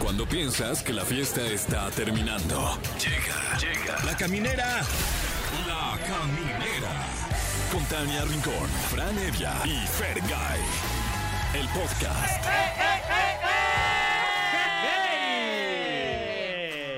Cuando piensas que la fiesta está terminando. Llega, llega. La caminera. La caminera. Con Tania Rincón, Fran Evia y Fergay. El podcast.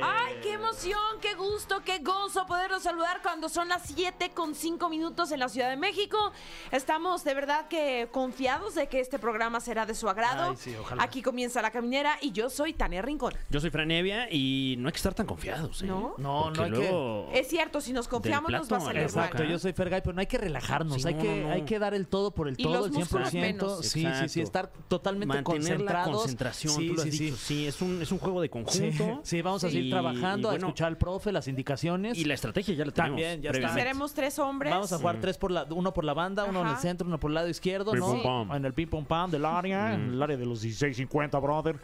¡Ay, qué emoción, qué gusto, qué gozo poderlos saludar cuando son las 7 con 5 minutos en la Ciudad de México! Estamos de verdad que confiados de que este programa será de su agrado. Ay, sí, ojalá. Aquí comienza La Caminera y yo soy Tania Rincón. Yo soy Franevia y no hay que estar tan confiados, ¿eh? ¿No? No, Porque no hay que- luego... Es cierto, si nos confiamos nos va a plato a salir la Exacto, Ajá. mal. yo soy Fergay, pero no hay que relajarnos, Sí, hay, no, que, no, no. hay que dar el todo por el Y todo, los el músculos 100%. menos. Sí, sí, sí, Exacto. estar totalmente Mantener la concentrados. concentración, sí, tú lo has sí, dicho. sí. Sí, es, un, es un juego de Sí, conjunto. sí, vamos a Sí. seguir Y- trabajando, y a bueno, escuchar al profe, las indicaciones. Y la estrategia ya la tenemos. También, ya está. previamente. Seremos tres hombres. Vamos a jugar tres por la, uno por la banda, uno en el Ajá. centro, uno por el lado izquierdo, Pim, ¿no? pum, pam. En el ping pong pam del área, en el área de los 16.50, brother.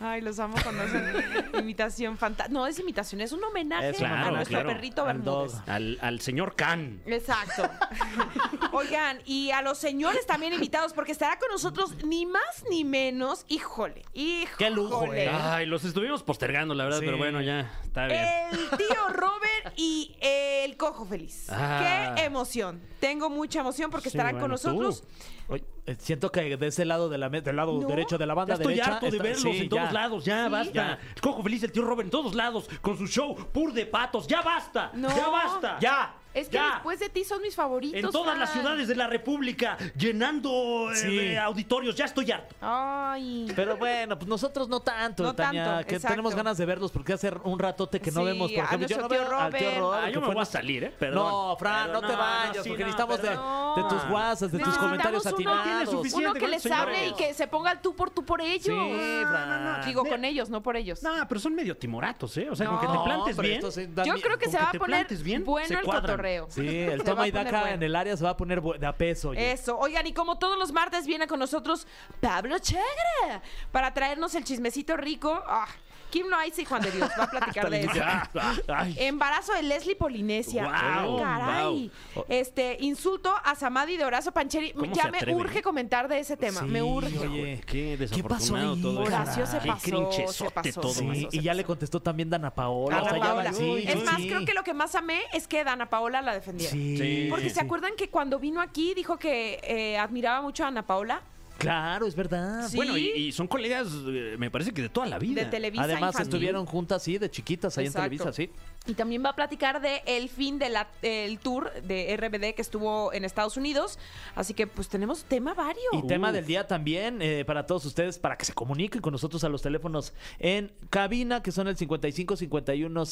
Ay, los amo con esa imitación fantástica. No es imitación, es un homenaje Es a claro, nuestro claro. perrito Al dog. Bermúdez. Al, al señor Khan. Exacto. Oigan, y a los señores también invitados, porque estará con nosotros ni más ni menos, híjole, híjole. Qué lujo, ¿eh? Ay, los estuvimos postergando, la verdad, Sí. pero bueno, ya está bien. El tío Robert y el cojo feliz. Ah. Qué emoción. Tengo mucha emoción porque Sí, estarán con bueno, tú. nosotros. Oye, eh, siento que de ese lado de la me- del lado No. derecho de la Ya banda estoy derecha harto de está- verlos sí, en todos ya. lados, ya Sí. basta. Ya. El Cojo feliz, el tío Robert en todos lados, con su show pur de patos, ya basta, No. ya basta, Ya. Es que ya. después de ti son mis favoritos. en todas las Fran. ciudades de la República, llenando eh, Sí. eh, auditorios, ya estoy harto. Ay. Pero bueno, pues nosotros no tanto, No Tania, tanto, que exacto. tenemos ganas de verlos porque hace un ratote que no Sí, vemos. Por a ejemplo, yo no nuestro veo tío al tío Robert. Robert. Ah, que yo me fue- voy a salir, ¿eh? Perdón. No, Fran, Perdón, no te vayas sí, porque no, necesitamos de, perdón. de tus guasas, de tus Necesitamos comentarios uno que atinados. tiene suficiente Uno que con les señores. hable y que se ponga el tú por tú por ellos. Sí, no, no, no. Fran. Digo con ellos, no por ellos. No, pero son medio timoratos, ¿eh? O sea, con que No, te plantes hombre, bien. esto sí da Yo mie- creo que con se que va a te poner plantes bien, se bueno el cuadran. cotorreo. Sí, el Se va toma a y poner daca bueno. en el área se va a poner bu- de a peso. oye. Eso, oigan, y como todos los martes viene con nosotros Pablo Chagre para traernos el chismecito rico. Ah, Kim Loaiza y Juan de Dios va a platicar de eso. Ya, "Ah, ay. Embarazo de Leslie Polinesia. Guau, Ay, caray. guau. Este, insulto a Samadi de Horacio Pancheri. ¿Cómo Ya se me atreve? urge comentar de ese tema. Sí, me urge. Oye, qué pasó desafortunado ahí? todo eso. Eh, Horacio se Qué pasó, se crinchesote pasó, todo. se Sí, pasó. y ya le contestó también Dana Paola. Ana o sea, ya Paola. sí, es más, sí. creo que lo que más amé es que Dana Paola la defendía. Sí, Sí, Porque sí, se acuerdan que cuando vino aquí dijo que eh, admiraba mucho a Ana Paola. Claro, es verdad. Sí. Bueno, y, y son colegas, eh, me parece que de toda la vida. De Televisa Además Infantil. estuvieron juntas, sí, de Pues chiquitas ahí Exacto. en Televisa, sí. Y también va a platicar de el fin del tour de RBD que estuvo en Estados Unidos. Así que pues tenemos tema varios. Y tema Uf. del día también eh, para todos ustedes, para que se comuniquen con nosotros a los teléfonos en cabina, que son el 55 51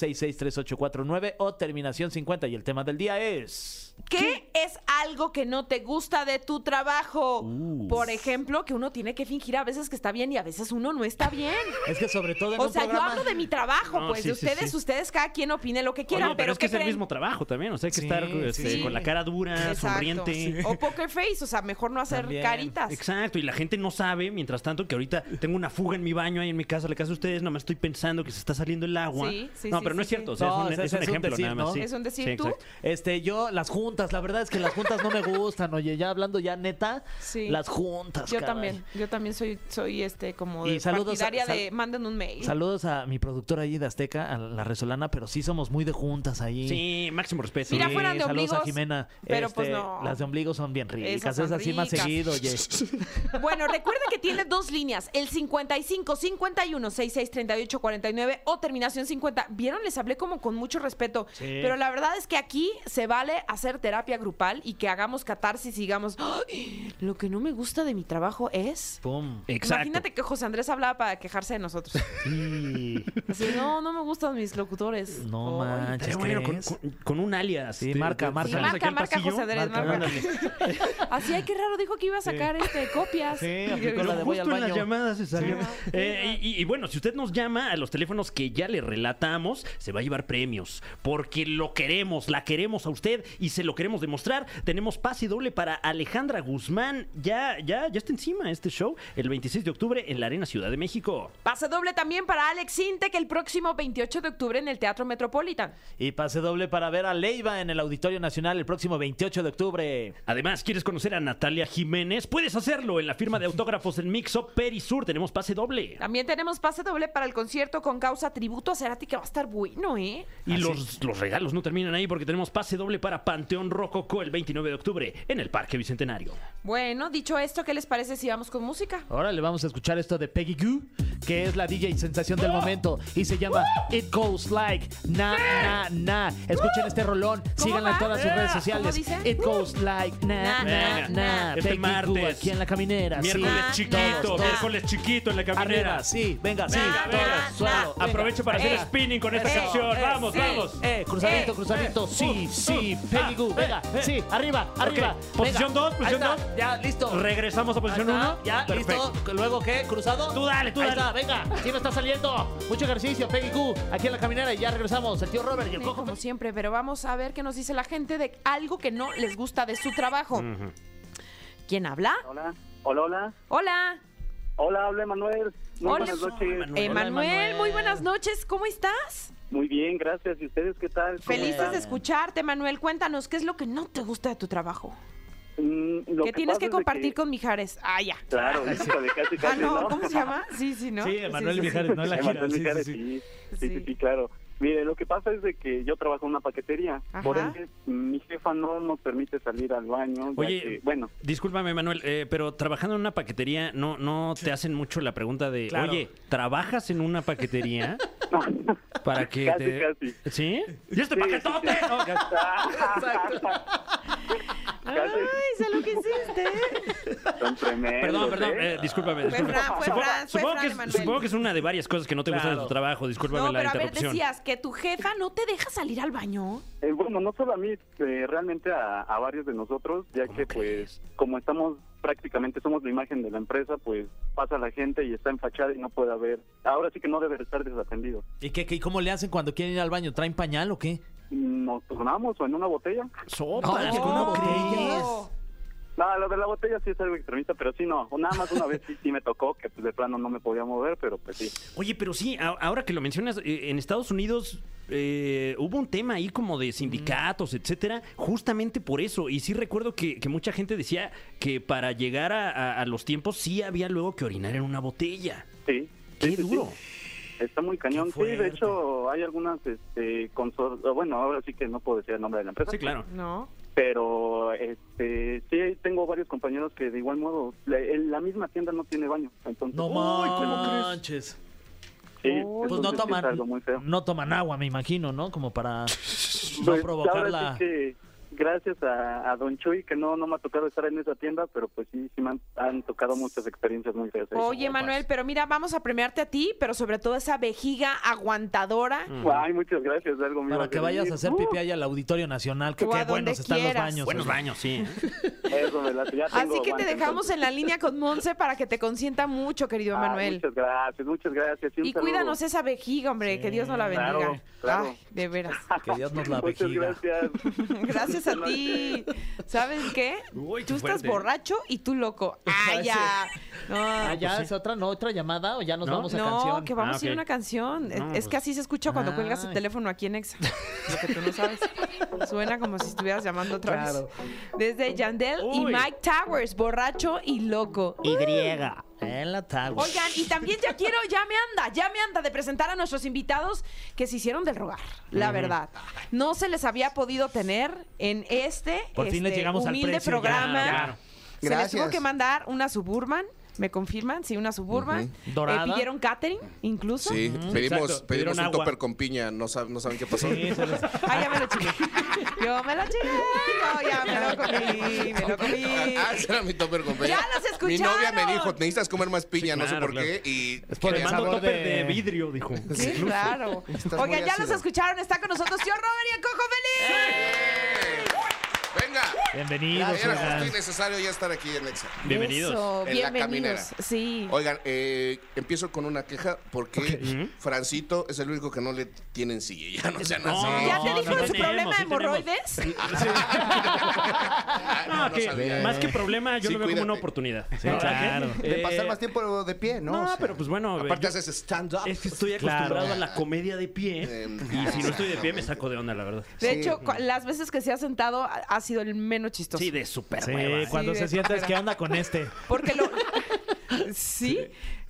663849 o terminación 50. Y el tema del día es. ¿Qué es algo que no te gusta de tu trabajo? Uh. Por ejemplo, que uno tiene que fingir a veces que está bien y a veces uno no está bien. Es que sobre todo en O un sea, yo programa- hablo de mi trabajo, No, pues sí, de sí, ustedes, sí. ustedes cada quien opine lo que quiera, Oye, pero es que ¿qué es el creen? mismo trabajo también, o sea, hay que Sí, estar este, sí. con la cara dura, Exacto. sonriente. O poker face, o sea, mejor no hacer También. caritas. Exacto, y la gente no sabe, mientras tanto, que ahorita tengo una fuga en mi baño, ahí en mi casa, la casa de ustedes, nomás estoy pensando que se está saliendo el agua. Sí, sí, no, sí, pero no sí, es cierto, sí. o sea, No, es un, o sea, es un es un ejemplo decir, nada más. ¿no? sí. Es un decir, Sí, ¿tú? exacto. Este, yo, las juntas, la verdad es que las juntas no me gustan, oye, ya hablando ya neta, Sí. las juntas. Yo caray. también, yo también soy, soy este como de Y saludos a- partidaria de sal- manden un mail. Saludos a mi productora ahí de Azteca, a la Resolana, pero sí somos muy de juntas ahí. Sí, máximo respeto. Mira, Sí, fueran de saludos ombligos, a Jimena. pero pues Este, no. Las de ombligo son bien Esas ricas. son Es así más ricas. seguido, oye. Bueno, recuerda que tiene dos líneas, el 55 51 66 38 49 o terminación 50. Vieron, les hablé como con mucho respeto, Sí. pero la verdad es que aquí se vale hacer terapia grupal y que hagamos catarsis y digamos, "Ay, lo que no me gusta de mi trabajo es Pum. Exacto. Imagínate que José Andrés hablaba para quejarse de nosotros. Y- Así, no, no me gustan mis locutores. No Ay, manches. Pero bueno, con, ¿crees? con- con un alias. Sí, este, marca, de- marca. Sí, sacamos aquí marca, al marca pasillo. José Andrés, marca, marca. Ándale. Así, ay, qué raro, dijo que iba a sacar este, copias. Sí, Y aplicó yo, la de voy al Justo en las baño. llamadas se salió. Sí. Eh, y, y- y bueno, si usted nos llama a los teléfonos que ya le relatamos, se va a llevar premios. Porque lo queremos, la queremos a usted y se lo queremos demostrar. Tenemos pase doble para Alejandra Guzmán. Ya, ya, ya está encima este show el 26 de octubre en la Arena Ciudad de México. Pase doble también para Alex Intec el próximo 28 de octubre en el Teatro Metropolitan. Y pase doble para ver a Leiva en el Auditorio Nacional el próximo 28 de octubre. Además, ¿quieres conocer a Natalia Jiménez? Puedes hacerlo en la firma de autógrafos en Mixo Perisur. Tenemos pase doble. También tenemos pase doble para el concierto con causa tributo a Cerati que va a estar bueno, ¿eh? Y los, los regalos no terminan ahí porque tenemos pase doble para Panteón Rococo el 29 de octubre en el Parque Bicentenario. Bueno, dicho esto, ¿qué les parece si vamos con música? Ahora le vamos a escuchar esto de Peggy Goo, que es la DJ sensación del momento y se llama It Goes Like Na Na Na. Escuchen este rolón, síganla en va? todas sus redes ¿Cómo sociales. dice? It Goes Like Na, Na Na na. Na. Ah. Este Peggy Goo martes. aquí en la caminera. sí. Miércoles Na, chiquito, na, Todos, miércoles chiquito en la todos. caminera. Arriba, sí, venga, sí, Na, todos, na, suelo, na. venga. Aprovecha para hacer Eh, spinning con esta eso, canción. eh, Vamos, sí. vamos. Eh, cruzadito, Eh, cruzadito, eh, sí, uh, sí, uh, Peggy Goo, ah, venga, eh, sí, arriba, arriba. venga. Posición dos, Ahí posición está, dos. Ya, listo. Regresamos a posición Ahí 1. está, Ya, listo. Luego, ¿qué? ¿Cruzado? Tú dale, tú Ahí dale. está, venga. Sí, me está saliendo. Mucho ejercicio, Peggy Goo. Aquí en la caminera y ya regresamos. El tío Robert y el Eh, cojo. Como siempre, pero vamos a ver qué nos dice la gente de algo que no les gusta de su trabajo. ¿Quién habla? Hola, hola, hola. Hola. Hola, habla Manuel. Hola. Muy buenas noches. Emanuel. Hola, Emanuel, Emanuel. muy buenas noches. ¿Cómo estás? Muy bien, gracias. ¿Y ustedes qué tal? ¿Cómo Felices están? de escucharte, Manuel. Cuéntanos, ¿qué es lo que no te gusta de tu trabajo? Mm, lo que tienes pasa que es de compartir con Mijares. Ah, ya. Claro, híjole, casi, Ah, casi, no, ¿cómo se llama? Sí, sí, ¿no? Sí, Emanuel sí, sí. Mijares, ¿no? La Se mandó gira. el Sí, mensaje, sí, sí. sí. Sí, sí, Sí. sí, claro. Mire, lo que pasa es de que yo trabajo en una paquetería. Ajá. Por ende, mi jefa no nos permite salir al baño. ya Oye, que- bueno, Discúlpame, Manuel, eh, pero trabajando en una paquetería, ¿no, no te hacen mucho la pregunta de, Claro. oye, ¿trabajas en una paquetería? Para que Casi, te... casi. ¿Sí? ¡Y este Sí, paquetote! sí, sí. No, casi. Ay, sé lo que hiciste. son tremendos. Perdón, perdón, ¿eh? eh, discúlpame. Fue discúlpame. Fran, fue Supo- Fran, fue supongo, Fran, que es, Manuel. supongo que es una de varias cosas que no te gustan de tu Claro. trabajo. Discúlpame No, la pero a ver, interrupción. decías que tu jefa no te deja salir al baño. Eh, bueno, no solo a mí, eh, realmente a, a varios de nosotros, ya ¿Cómo que crees? pues como estamos prácticamente, somos la imagen de la empresa, pues pasa la gente y está enfachada y no puede haber. Ahora sí que no debe de estar desatendido. ¿Y qué, qué- cómo le hacen cuando quieren ir al baño? ¿Traen pañal o qué? ¿Nos turnamos o en una botella? Sopa. No, ¿cómo Oh. crees? No, lo de la botella sí es algo extremista, pero sí no. Nada más una vez sí, sí me tocó, que pues, de plano no me podía mover, pero pues sí. Oye, pero sí, a- ahora que lo mencionas, eh, en Estados Unidos eh, hubo un tema ahí como de sindicatos, etcétera, justamente por eso. Y sí recuerdo que, que mucha gente decía que para llegar a, a- a los tiempos sí había luego que orinar en una botella. Sí. ¡Qué Sí, sí, sí. duro! Está muy cañón. Sí, de fuerte. hecho hay algunas, este, consor bueno, ahora sí que no puedo decir el nombre de la empresa. Sí, claro. No. pero este sí tengo varios compañeros que de igual modo la, en la misma tienda no tiene baño entonces No Uy, ¿cómo crees? manches. Sí, Uy. Pues entonces no sí es toman, algo muy feo no toman agua, me imagino, ¿no? Como para no Pues, provocar ahora la... sí que gracias a, a don Chuy que no no me ha tocado estar en esa tienda pero pues sí sí me han, han tocado muchas experiencias muy feas ahí. Oye, Manuel, pero mira, vamos a premiarte a ti, pero sobre todo esa vejiga aguantadora. ay muchas gracias de algo me iba uh. Para que vayas a hacer venir. pipí ahí al Auditorio Nacional. Que O a qué donde buenos están los quieras. baños. Buenos oye. baños, sí. ¿eh? Uh, eso me late, ya Así tengo que te guante, dejamos en la línea con Monse para que te consienta mucho, querido entonces. Ah, Manuel. muchas gracias muchas gracias un Y saludo. cuídanos esa vejiga, hombre, que Dios nos la bendiga. claro, claro. Ay, de veras. Que Dios nos la muchas vejiga. gracias Gracias a ti. ¿Sabes qué? Uy, qué tú estás fuerte. borracho y tú loco. ¡Ah, Ay, ya! No, Ah, ya es otra, no, otra llamada o ya nos pues ¿No? vamos a no, canción. que vamos Ah, a ir a ok. una canción. Es- No, es que pues. así se escucha cuando cuelgas el Ay. teléfono aquí en Exa. Lo que tú no sabes. Suena como si estuvieras llamando otra Claro. vez. Desde Yandel y Uy. Mike Towers, borracho y loco. Y griega. En la tabla. Oigan, y también ya quiero, ya me anda, ya me anda de presentar a nuestros invitados que se hicieron del rogar, la verdad. No se les había podido tener en este, Por fin les este llegamos al humilde precio, ya, programa. claro. Se les tuvo Gracias. que mandar una Suburban, ¿me confirman? Sí, una Suburban. Ujú. Dorada. Eh, pidieron catering, incluso. Sí, pedimos, Exacto, pidieron pedimos un agua. topper con piña, no, sab- no saben qué pasó. Sí, se les- Ah, ya me lo chingué. Yo me lo chingué. No, ya me lo comí, me lo comí. Ah, ese era mi topper con piña. Ya los Mi novia me escucharon. dijo, necesitas comer más piña, Sí, no sé claro, por qué. Y Es por Te el quería- sabor mando topper de... de vidrio, dijo. Qué raro. Estás muy Oigan, ya los ácido. escucharon, está con nosotros yo, Robert y el Cojo Feliz. ¡Venga! Olga. Bienvenidos, Era oigan. justo y necesario ya estar aquí en Exa. Bienvenidos. Eso, En la caminera. bienvenidos. Sí. Oigan, eh, empiezo con una queja porque Francito es el único que no le tienen silla. Ya no sean No, así. ¿Ya te no, dijeron no su tenemos, problema de sí tenemos. hemorroides? Ah, No, no que sabía. más que problema, yo Sí, lo veo como una cuídate. oportunidad. Sí, claro. De pasar Eh, más tiempo de pie, ¿no? No, O sea, pero pues bueno. Aparte yo- haces stand-up. es que estoy Claro. acostumbrado a la comedia de pie. Eh, Y si no estoy de pie, me saco de onda, la verdad. De Sí. hecho, cu- las veces que se ha sentado ha- ha sido el menos chistoso. Sí, de super Sí, hueva. Eh, ¿eh? cuando Sí, se de- sienta es que anda con este. Porque lo. ¿Sí?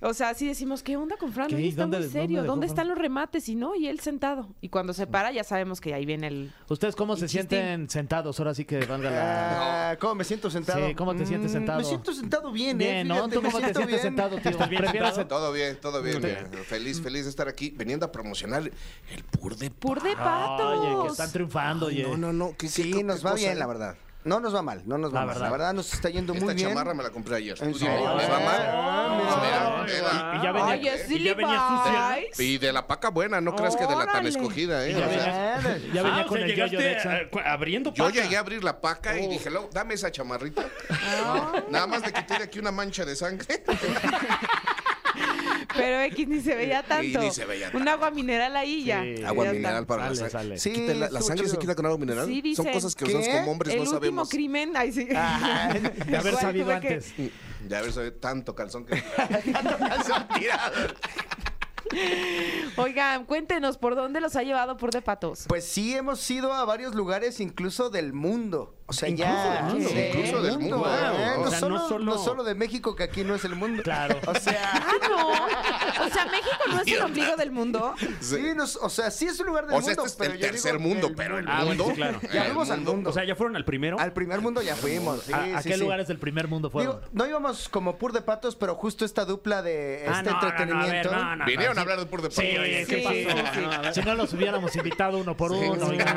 o sea, sí decimos, ¿qué onda con Fran? ¿Qué? Hoy está ¿Dónde- muy dónde serio. ¿Dónde, dejó están Fran? los remates? Y no, y él sentado. Y cuando se para, ya sabemos que ahí viene el. ¿Ustedes cómo Y se chistín. sienten sentados? Ahora sí que valga la... Ah, ¿Cómo me siento sentado? Sí, ¿cómo te Mm, sientes sentado? Me siento sentado bien, ¿eh? Bien, ¿no? Fíjate, ¿Tú me cómo te siento sientes bien. sentado, tío? ¿Estás bien ¿Prefieres sentado? Todo bien, todo bien. mira. Feliz, feliz de estar aquí. Viniendo a promocionar el pur de ¡Pur de patos! Oye, que están triunfando, oye. No, no, no. ¿qué- qué- Sí, qué nos va cosa, bien, eh? la verdad. No nos va mal, no nos va La mal. verdad. La verdad nos está yendo Esta muy bien. chamarra me la compré ayer. ¿En ¿Tú serio? dirías, ¿me va mal? Ah, mira. Ay, Mira, guau. Y ya venía- Oye, y ya Sleepy venía sucia. Eyes. Y de la paca buena, no creas que de la tan Órale. escogida, ¿eh? Ya O sea, venía, Bien. ya venía Ah, o con sea, el yoyo de llegaste Exa. a- cu- abriendo Yo paca. llegué a abrir la paca Oh. y dije, "Lau, dame esa chamarrita. Ah. Nada más le quité de aquí una mancha de sangre. Pero X ni se veía tanto. ni se veía Un tanto. agua mineral ahí y ya. Sí. Agua Ya está. mineral para Sale, la sale. sangre. Sí, quita la, la estuvo sangre se chido. quita con agua mineral. Sí, Son dicen. cosas que nosotros ¿Qué? como hombres El no último sabemos. crimen. Ay, sí. De haber Igual sabido tuve que- antes. De haber sabido tanto calzón que tirado. Oigan, cuéntenos por dónde los ha llevado Pur de Patos. Pues sí, hemos ido a varios lugares, incluso del mundo. O sea, ya. del mundo. Sí, Incluso del mundo. ¿eh? Wow. No, O sea, solo, no no, solo- solo... de México, que aquí no es el mundo. Claro. O sea. Ah, no. O sea, México no es el ombligo del mundo. Sí, nos- o sea, sí es un lugar del O sea, mundo. este es pero el yo tercer digo mundo, el pero el Ah, bueno, mundo. sí, claro. Ya el fuimos al mundo. O sea, ya fueron al primero. Al primer mundo ya fuimos. Sí, ¿A, a sí, qué sí. lugares del primer mundo fueron? Digo, no íbamos como pur de patos, pero justo esta dupla de este Ah, no, no, no, a ver, entretenimiento. no, no, Vinieron no, a hablar de pur de Sí, oye, ¿qué Sí, pasó? sí. No, a ver. Si no los hubiéramos invitado uno por uno. oigan.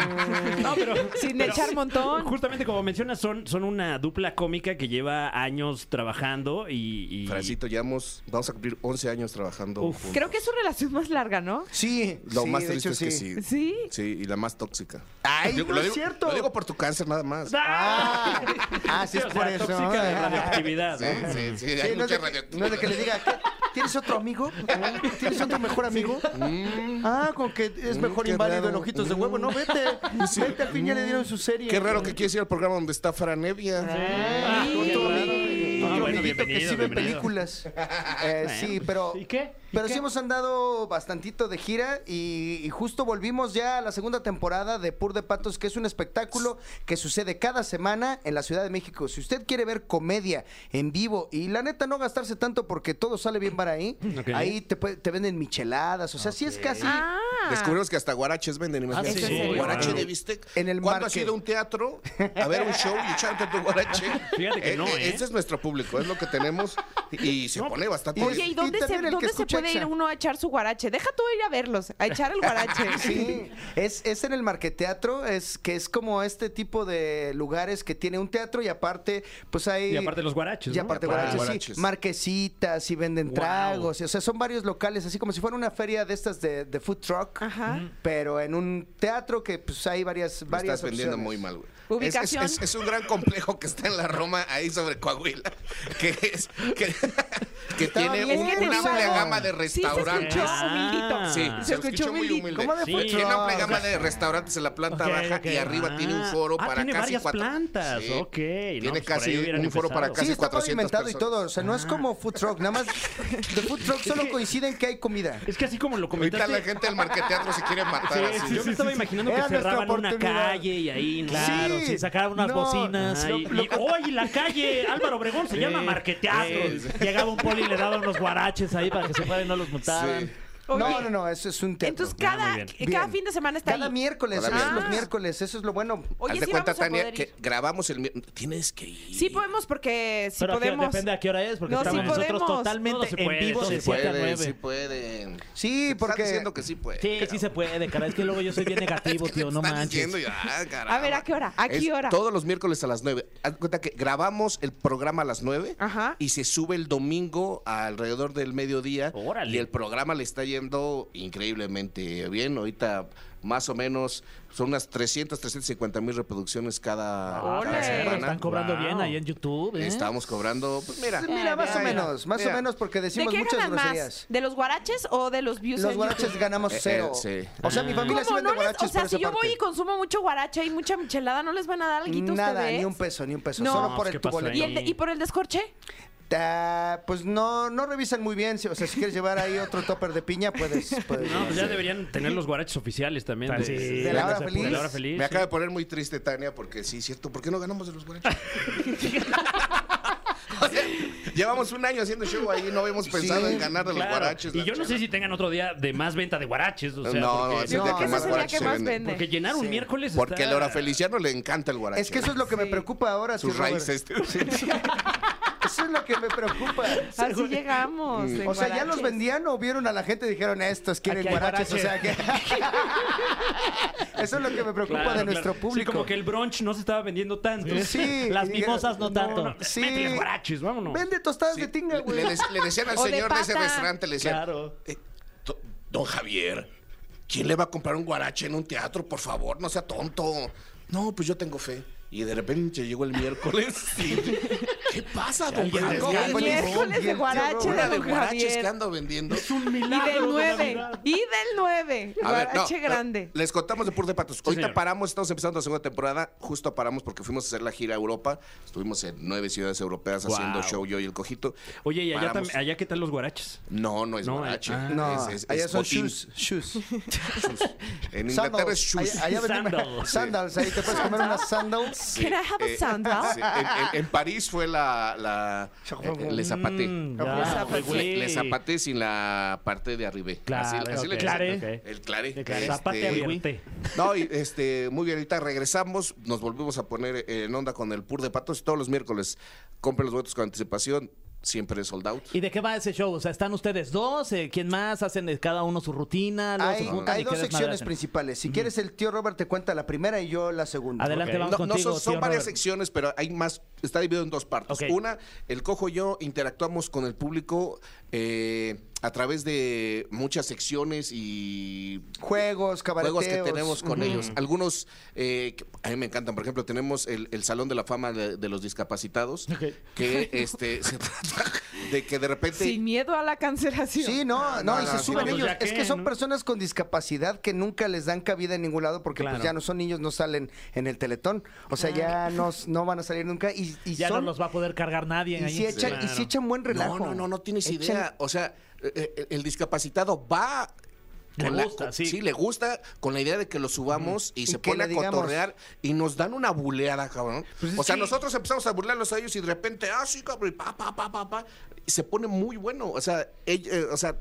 Mm. No, pero. Sin pero- echar montón. Justamente como mencionas, son, son una dupla cómica que lleva años trabajando y. y- Francito, ya hemos, vamos a cumplir 11 años trabajando. Uf. juntos. Creo que es su relación más larga, ¿no? Sí, Lo sí, más de triste hecho, es que sí. Sí. Sí, y la más tóxica. Ay, Digo, no lo es digo- cierto. Lo digo por tu cáncer nada más. Ah, ah, sí, Sí, es o por sea, eso. tóxica de radioactividad. Sí, ¿no? sí, sí, Sí, hay no, es mucha de, radioactividad. que- no es de que le diga, "¿Qué? ¿tienes otro amigo? ¿Tienes otro mejor amigo? Ah, con que es mejor Mm. qué inválido raro. en ojitos de huevo. No, vete. Vete, al fin ya le dieron su serie. Qué raro que quieres ir al programa donde está Franevia. Ah, con tu amigo, Ah, tu bueno, amiguito que bienvenido, sí ve bienvenido. pues, películas. Eh, sí, pero... ¿Y qué? Pero sí hemos andado bastantito de gira y, y justo volvimos ya a la segunda temporada de Pur de Patos, que es un espectáculo que sucede cada semana en la Ciudad de México. Si usted quiere ver comedia en vivo y la neta no gastarse tanto porque todo sale bien para ahí, Ok. ahí te, puede- te venden micheladas, o sea, sí es casi... Ah. Descubrimos que hasta guaraches Ah, venden. imagínate. sí, sí, guarache claro. de bistec. En el ¿Cuándo has market. ido a un teatro a ver un show y echarte tu guarache? Fíjate que no, ¿eh? Este es nuestro público, es lo que tenemos y se pone bastante. Oye, ¿y Y dónde se, también el que dónde se escucha puede ir Exa. uno a echar su guarache? Deja tú ir a verlos, a echar el guarache. Sí, es, es en el Marqueteatro, es que es como este tipo de lugares que tiene un teatro y aparte, pues hay... Y aparte los guaraches. Y ¿no? aparte, Y aparte guaraches, sí, guaraches. marquesitas y venden Wow. tragos. y, O sea, son varios locales, así como si fuera una feria de estas de, de food truck, Ajá. Mm. pero en un teatro que pues hay varias, Lo varias estás vendiendo opciones. muy mal, güey. Ubicación. Es, es- es- es un gran complejo que está en la Roma, ahí sobre Coahuila, que es que, que tiene bien. un- Es que te una digo amplia algo. gama de Sí, se restaurantes. escuchó Ah. humildito. Sí, Ah. se, Se escuchó, escuchó muy humilde. humilde. ¿Cómo de Sí. food Tiene Tiene una amplia truck? gama de restaurantes en la planta Ok, baja ok. y arriba tiene un foro Ah, para tiene casi varias cuatro- plantas, Sí. ok. pues Tiene casi un foro para Sí, Casi está todo 400 inventado y personas. Ah. todo. O sea, no es como food truck. Nada más de food truck solo coinciden que hay comida. Es que así como lo Ahorita comentaste. la gente del marqueteatro se quiere matar Sí, así. sí, yo me estaba imaginando Era que nuestra cerraban una oportunidad. calle y ahí, ¿no? Claro, Sí. sí, sacaban unas No. bocinas. Ay, y- ¡Oye, la calle Álvaro Obregón se Sí, llama Marqueteatro! sí. Llegaba un poli y le daba unos guaraches ahí para que se fueran y no los mutaban. Sí. No, Oye, no, no, eso es un teatro. Entonces Ah, muy cada, bien. cada Bien. fin de semana está Cada ahí. miércoles, Cada es los miércoles. miércoles, eso es lo bueno. Oye, Haz de sí cuenta, vamos a Tania, poder que ir. grabamos el... mier- Tienes que ir. Sí podemos porque si Pero aquí podemos. depende a qué hora es, porque No, estamos sí nosotros podemos. totalmente Todo se puede, en vivo todo de Sí 7 a 9. pueden, sí pueden. Sí, Están porque diciendo que sí pueden. Sí, sí se puede, cara. Es que luego yo soy bien negativo, tío, no Están manches. diciendo y- ah, caramba. A ver, ¿a qué hora? ¿A qué Es hora? Todos los miércoles a las 9. Haz cuenta que grabamos el programa a las 9 Ajá. y se sube el domingo alrededor del mediodía. Órale. Y el programa le está yendo increíblemente bien. Ahorita más o menos son unas 300, 350 mil reproducciones cada, cada ¡Ole! semana. Están cobrando Wow. bien ahí en YouTube. ¿eh? Estamos cobrando, pues, mira, Mira, más o Mira, menos, más o mira. menos porque ¿De decimos qué muchas ganan groserías. más? ¿De los guaraches o de los views? Los en guaraches YouTube? ganamos Eh, eh, cero. sí. O sea, mi familia se ¿Cómo? vende ¿No les, guaraches o sea, por esa si yo voy parte. y consumo mucho guarache y mucha michelada, ¿no les van a dar algo Nada, ustedes? ni un peso, ni un peso. No. Solo por Pues, el ¿qué tu pasó boleto. ¿Y, el de- y por el descorche? Ta- pues no, no revisan muy bien. si- O sea, si quieres llevar ahí otro topper de piña, puedes. puedes No, pues ya llevar. deberían tener los guaraches oficiales también. Sí, de la hora de feliz. la hora feliz. pues, me acaba de poner muy triste Tania porque sí, cierto, ¿por qué no ganamos de los guarachos? O sea, Llevamos un año haciendo show ahí, no habíamos pensado en ganar de los Claro. guaraches. Y la yo no sé chela. si tengan otro día de más venta de guaraches. O sea, No, no, porque, es el No, día que ese más es el día que guaraches se más venden. vende. porque llenar un Sí. miércoles. Porque está- el orafeliziano le encanta el guarache. Es que eso es lo que me preocupa ahora. sus sí, Robert. raíces. Eso es lo que me preocupa. Así llegamos. en O sea, ya los guaraches. vendían o vieron a la gente y dijeron, estos quieren Aquí hay guaraches. O sea, guaraches. que- Eso es lo que me preocupa Claro, de claro. nuestro Sí, público. como que el brunch no se estaba vendiendo tanto. Sí, Las y mimosas no tanto. sí. Mételes guaraches, vámonos. Vende tostadas de tinga, Le, güey. le dec- le decían al O de señor de, ese pata. restaurante, le decían, Claro. "Eh, do- don Javier, ¿quién le va a comprar un guarache en un teatro? Por favor, no sea tonto. No, pues yo tengo fe. Y de repente llegó el miércoles y, ¿Qué pasa, don alguien Javier? descansa. ¿Cómo llegó? Miércoles de Bien, guarache Una de de don guaraches que Javier. ando vendiendo. Y del 9. Y del 9. A ver, no, Guarache no, grande. Les contamos de Pur de Patos. Ahorita señor. paramos, estamos empezando la segunda temporada. Justo paramos porque fuimos a hacer la gira a Europa. Estuvimos en nueve ciudades europeas Guau. haciendo show yo y el cojito. Oye, ¿y allá, Paramos. tam- allá qué tal los guaraches? No, no es No, guarache. ah. No, es- es- allá es son botín. shoes, shoes. En Inglaterra es shoes. Allá, allá vendemos- Sandals. Pues sandals, ahí te puedes comer unas sandals. Can I have a Eh, sandal? sí, en, en- en París fue la. la eh, le zapaté. Mm, Le ya, zapaté. güey. Le, le zapaté sin la parte de arriba. Claro, así, así le ok. dicen. Clare. El clare. Declaré. Este, Zapate abierté. No, y este, muy bien, ahorita regresamos, nos volvemos a poner en onda con el Pur de Patos todos los miércoles. Compren los boletos con anticipación, siempre sold out. ¿Y de qué va ese show? O sea, ¿están ustedes dos? Eh, ¿Quién más? ¿Hacen eh, cada uno su rutina? Luego se Hay, juntan hay y dos qué desmadre secciones hacen? principales. Si quieres, el tío Robert te cuenta la primera y yo la segunda. Adelante, Ok. vamos No, no, contigo. son, son tío varias Robert. secciones, pero hay más, está dividido en dos partes. Ok. Una, el cojo y yo interactuamos con el público eh, a través de muchas secciones y Juegos, cabareteos. juegos que tenemos con Ujú. ellos. Algunos eh, que a mí me encantan. Por ejemplo, tenemos el, el Salón de la Fama de, de los Discapacitados, que este, se trata de que de repente... Sin miedo a la cancelación. Sí, no, no, no, y no, se sí, suben no, pues ellos. ya es qué, que son ¿no? personas con discapacidad que nunca les dan cabida en ningún lado porque Claro. pues ya no son niños, no salen en el teletón. O sea, ya no, no van a salir nunca y, y Ya son... no los va a poder cargar nadie. y ahí. si echan, y si echan buen relajo. No, no, no, no tienes Echan- idea. O sea, eh, eh, el discapacitado va. Le con la- gusta, con- sí. le gusta con la idea de que lo subamos y se que pone le a digamos. cotorrear y nos dan una buleada, cabrón. Pues es o sea, que- nosotros empezamos a burlarlos a ellos y de repente, ah, sí, cabrón, y pa, pa, pa, pa, pa. Y se pone muy bueno. O sea, ell- eh, o sea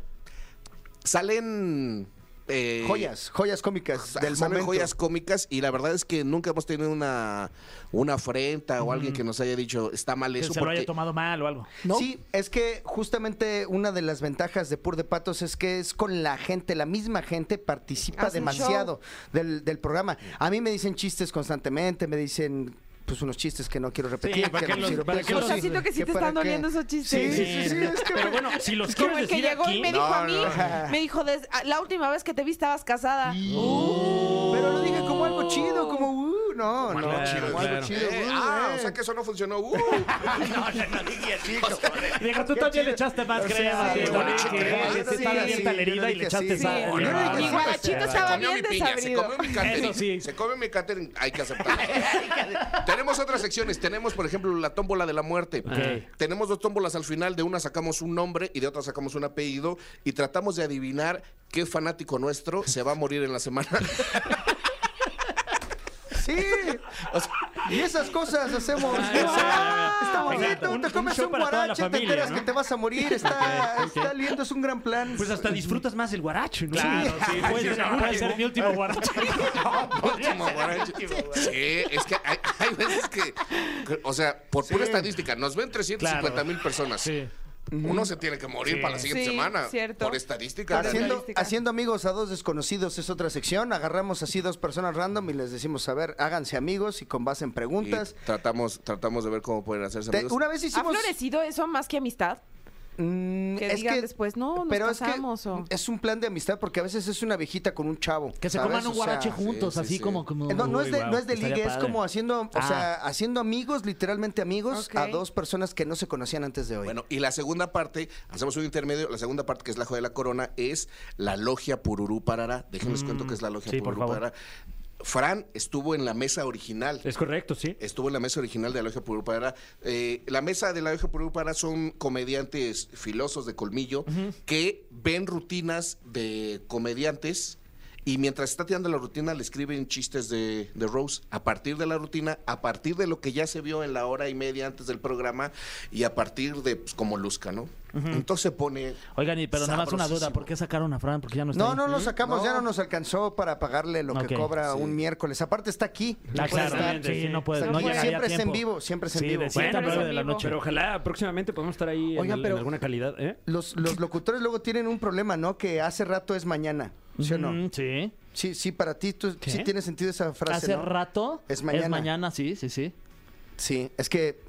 salen. eh, Joyas, joyas cómicas del del momento. momento. Ah, joyas cómicas y la verdad es que nunca hemos tenido una, una afrenta o alguien que nos haya dicho está mal Que eso se lo haya porque tomado mal o algo. ¿no? Sí, es que justamente una de las ventajas de Pur de Patos es que es con la gente, la misma gente participa Hace un demasiado del, del programa. A mí me dicen chistes constantemente, me dicen pues unos chistes que no quiero repetir. ¿para que qué no los- sirven. para qué Pues O sea, los- siento que sí ¿qué te para están qué? doliendo esos chistes. Sí, sí, sí, es que- Pero bueno, si Pues, Como los quieres el que decir llegó y aquí... me dijo No, a mí, no, no. me dijo, des- ah, la última vez que te vi estabas casada. Pero lo diga como algo chido, como uh, no, no, algo chido, como algo claro. chido. Eh, uh, ah, eh. o sea que eso no funcionó. Uh. Digo, tú también le echaste más crema. sí, Diego, bueno, Nicky, sí, ¿eh? sí, Estaba sí, bien sí, yo talerida y dije le echaste sí. más. Sí, no, mi yo dije sí. guarachito Se estaba comió mi bien piña, se desabrido. comió mi catering. Eso sí. Se comió mi catering, hay que aceptarlo. Tenemos otras secciones. Tenemos, por ejemplo, la tómbola de la muerte. Ok. Tenemos dos tómbolas al final. De una sacamos un nombre y de otra sacamos un apellido. Y tratamos de adivinar qué fanático nuestro se va a morir en la semana. Sí. y esas cosas hacemos. Está Exacto, bonito, un- te un comes show un para toda la guarache, te familia, enteras ¿no? que te vas a morir, está, Ok, ok. está lindo, es un gran plan. Pues hasta disfrutas más el guaracho, ¿no? Claro, sí, puede ser, puede ser mi último guaracho. Último guarache. Sí, es que hay, hay veces que, que, o sea, por pura estadística, nos ven 350 Claro. mil personas. Sí. Uno se tiene que morir para la siguiente Sí, semana. cierto. Por estadística. Haciendo, estadística. haciendo amigos a dos desconocidos es otra sección. Agarramos así dos personas random y les decimos, a ver, háganse amigos y con base en Y preguntas. tratamos, tratamos de ver cómo pueden hacerse Te- amigos. una vez ¿Ha hicimos... florecido eso más que amistad? Mm, Que digan después, no, nos pero es que casamos, o- es un plan de amistad porque a veces es una viejita con un chavo. Que se ¿sabes? coman O un sea, guarache juntos, sí, así sí. como, como- eh, No, no Uy, es de, guau, no es de estaría ligue, es padre. como haciendo, o Ah. sea, haciendo amigos, literalmente amigos, Ok. a dos personas que no se conocían antes de hoy. Bueno, y la segunda parte, hacemos un intermedio, la segunda parte que es la joya de la corona es la logia Pururú Parará. Mm. Déjenles cuento que es la logia sí, por Pururú favor. Parará. Fran estuvo en la mesa original. Es correcto, sí. Estuvo en la mesa original de la Logia Purú Pará. Eh, la mesa de la Logia Purú Pará son comediantes filosos de colmillo que ven rutinas de comediantes y mientras está tirando la rutina le escriben chistes de, de Rose a partir de la rutina, a partir de lo que ya se vio en la hora y media antes del programa y a partir de pues, como luzca, ¿no? Entonces se pone... Oigan, y, pero nada más una duda, sabrosísimo. ¿por qué sacaron a Fran? Porque ya no está no, pues ahí? no lo sacamos, ya no No. nos alcanzó para pagarle lo Ok, que cobra un miércoles. Aparte está aquí. Ah, no puede claro, estar. sí, no puede, Está no aquí. llegaría a siempre es en tiempo. vivo, siempre es en Sí, vivo. de siete a Bueno, nueve es de en la vivo. noche. Pero ojalá próximamente podamos estar ahí en Oigan, al- en, pero- alguna calidad. ¿eh? Los, los locutores luego tienen un problema, ¿no? Que hace rato es mañana, ¿sí o no? Mm, sí. Sí, sí, para ti tú, ¿Qué? sí tiene sentido esa frase, Hace ¿no? rato. Es mañana. sí, sí, sí. Sí, es que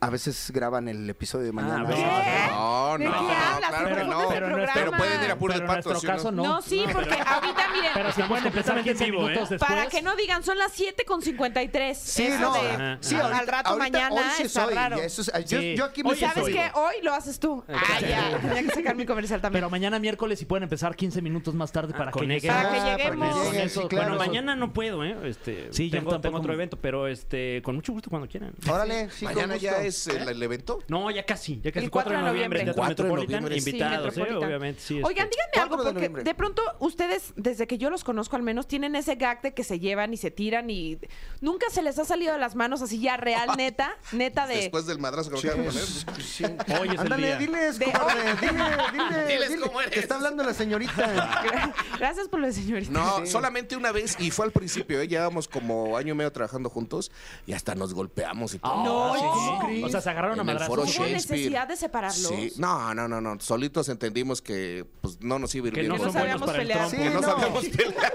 a veces graban el episodio de mañana. a veces. ¿Qué? No, ¿Eh? ¿De no, qué no, hablas? claro que Pero- no. pero Pero, en nuestro- pueden ir a Puro de Pero en Pato, nuestro ¿sí o no? caso no. No, sí, porque ahorita, miren, Pero se pueden empezar completamente 15 en vivo, minutos ¿eh? después. para que no digan, son las 7 con 53. Sí, Eso no. de, Ajá. Sí, al rato ahorita- mañana hoy sí es está hoy, raro. ya eso es- yo, Sí. yo aquí Y me sabes siento- que hoy lo haces tú. Ah, ya. Tenía que sacar mi comercial también. Pero mañana miércoles y pueden empezar 15 minutos más tarde para que con llegue. eso. para que Ah, lleguemos. llegue, Con eso, sí, con claro. Bueno, mañana no puedo, ¿eh? Este, Sí, yo tengo, tampoco. tengo otro evento, pero este, con mucho gusto cuando quieran. Órale, sí, con Mañana ya gusto. es el, el evento. No, ya casi, ya casi. El 4 de noviembre. noviembre, Teatro 4 de Metropolitan, noviembre, sí, invitados, ¿eh? Metropolitan. obviamente. sí, este. Oigan, díganme Cuatro algo, de porque noviembre. de pronto ustedes, desde que yo los conozco al menos, tienen ese gag de que se llevan y se tiran y nunca se les ha salido de las manos así ya real, neta, neta de... Después del madrazo que nos Sí, acaban de poner. pues, sí. Hoy es el Ándale, día. diles, De- comadre, dile, dile, Diles dile, cómo eres. que está hablando la señorita. Gracias por lo de señorita. No, solamente una vez y fue al principio, ¿eh? llevábamos como año y medio trabajando juntos y hasta nos golpeamos y todo. No, ¿sí? ¿cómo crees? O sea, se agarraron a En el madrazos. foro ¿Hubo Shakespeare. necesidad de separarlos? Sí. No, no, no, no. Solitos entendimos que pues, no nos iba a ir Que bien. no no son buenos sabíamos para el pelear. trompo. Sí, Que no no. sabemos pelear.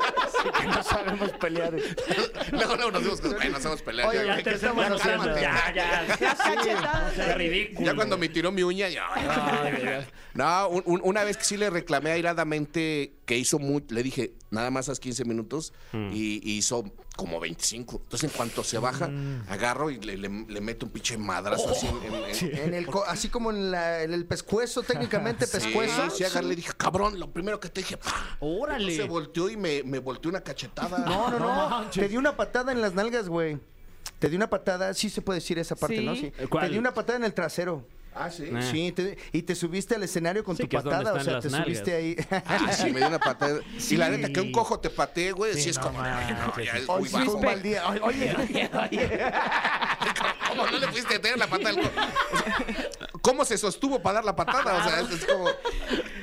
que no sabemos pelear. luego, luego nos dimos cuenta, "Ay, no sabemos pelear. Oye, ya, Ya ya, te que estamos estamos conociendo. cálmate. Ya, ya. Las cachetadas. Qué ridículo. Ya cuando me tiró mi uña, ya. No, un- un- una vez que sí le reclamé airadamente que hizo mucho, le dije, nada más haz 15 minutos Mm. y, y hizo como 25. Entonces, en cuanto se baja, Mm. agarro y le, le- le meto un pinche madrazo así en, en- en- En el co- así como en, la- en el pescuezo, técnicamente pescuezo. Sí, sí, agarré y dije, cabrón, lo primero que te dije, ¡pah! Órale. Se volteó y me, me volteó una cachetada. No, no, No no. manches. Te di una patada en las nalgas, güey. Te di una patada, sí se puede decir esa parte, Sí. ¿no? Sí. Eh, ¿Cuál? Te di una patada en el trasero. Ah, sí. Ah. Sí, te- y te subiste al escenario con Sí, tu que es donde patada, o están sea, las te nalgas. subiste ahí. Ah, sí, me dio una patada. Y la Sí. neta, que un cojo te patee, güey, sí, Sí, es no como, "Ay, no, manches. ya es Hoy muy sí fue bajo. un mal día. Oye, Oye, oye. ¿Cómo no le pudiste tener la patada al cojo? ¿Cómo se sostuvo para dar la patada? O sea, es como...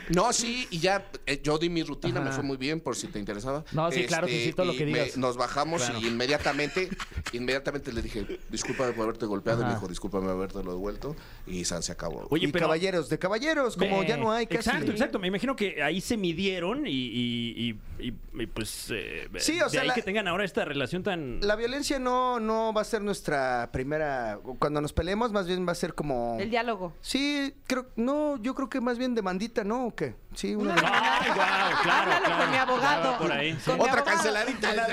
No, sí, y ya eh, yo di mi rutina, me fue muy bien, por si te interesaba. Este, No, sí, claro que sí, todo lo y que me- digas. nos bajamos Claro. y inmediatamente, inmediatamente le dije, discúlpame por haberte golpeado, y me dijo, discúlpame por haberte lo devuelto, y San se acabó. Oye, y pero- Eh, caballeros, de caballeros, como Ve. ya no hay casi. Exacto, exacto. Me imagino que ahí se midieron y, y- y- y- y, pues. eh, Sí, o de sea, ahí la- que tengan ahora esta relación tan. La violencia no, no va a ser nuestra primera. Cuando nos peleemos, más bien va a ser como. El diálogo. Sí, creo. No, yo creo que más bien demandita, ¿no? ¿O qué? Sí, una Una- demanda. ¡Ay, guau! Claro. Háblalo claro. con mi abogado. Va por ahí. sí. Con- Otra abogado. canceladita.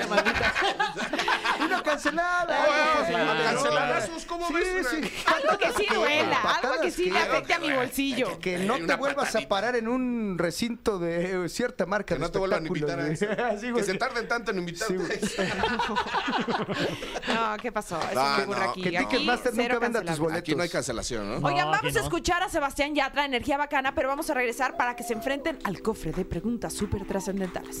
¡Una cancelada! Ah, Una ah, canceladazos, ¿cómo sí, ves? sí. Algo que sí duela, algo que sí le Patadas que- afecte a mi bolsillo. Eh, Que Ay, no una te vuelvas patadita. a parar en un recinto de eh, cierta marca Que de no te vuelvan a invitar a eso. espectáculos, güey. Ah, Sí, que güey. se tarden tanto en Sí, invitarte. güey. No, ¿qué pasó? Eso No, no ocurre no, aquí. Ah, que Aquí Ticketmaster nunca cero venda tus cancelable. Aquí no hay cancelación, ¿no? Oigan, No, vamos que a no. escuchar a Sebastián Yatra, Energía Bacana, pero vamos a regresar para que se enfrenten al cofre de preguntas súper trascendentales.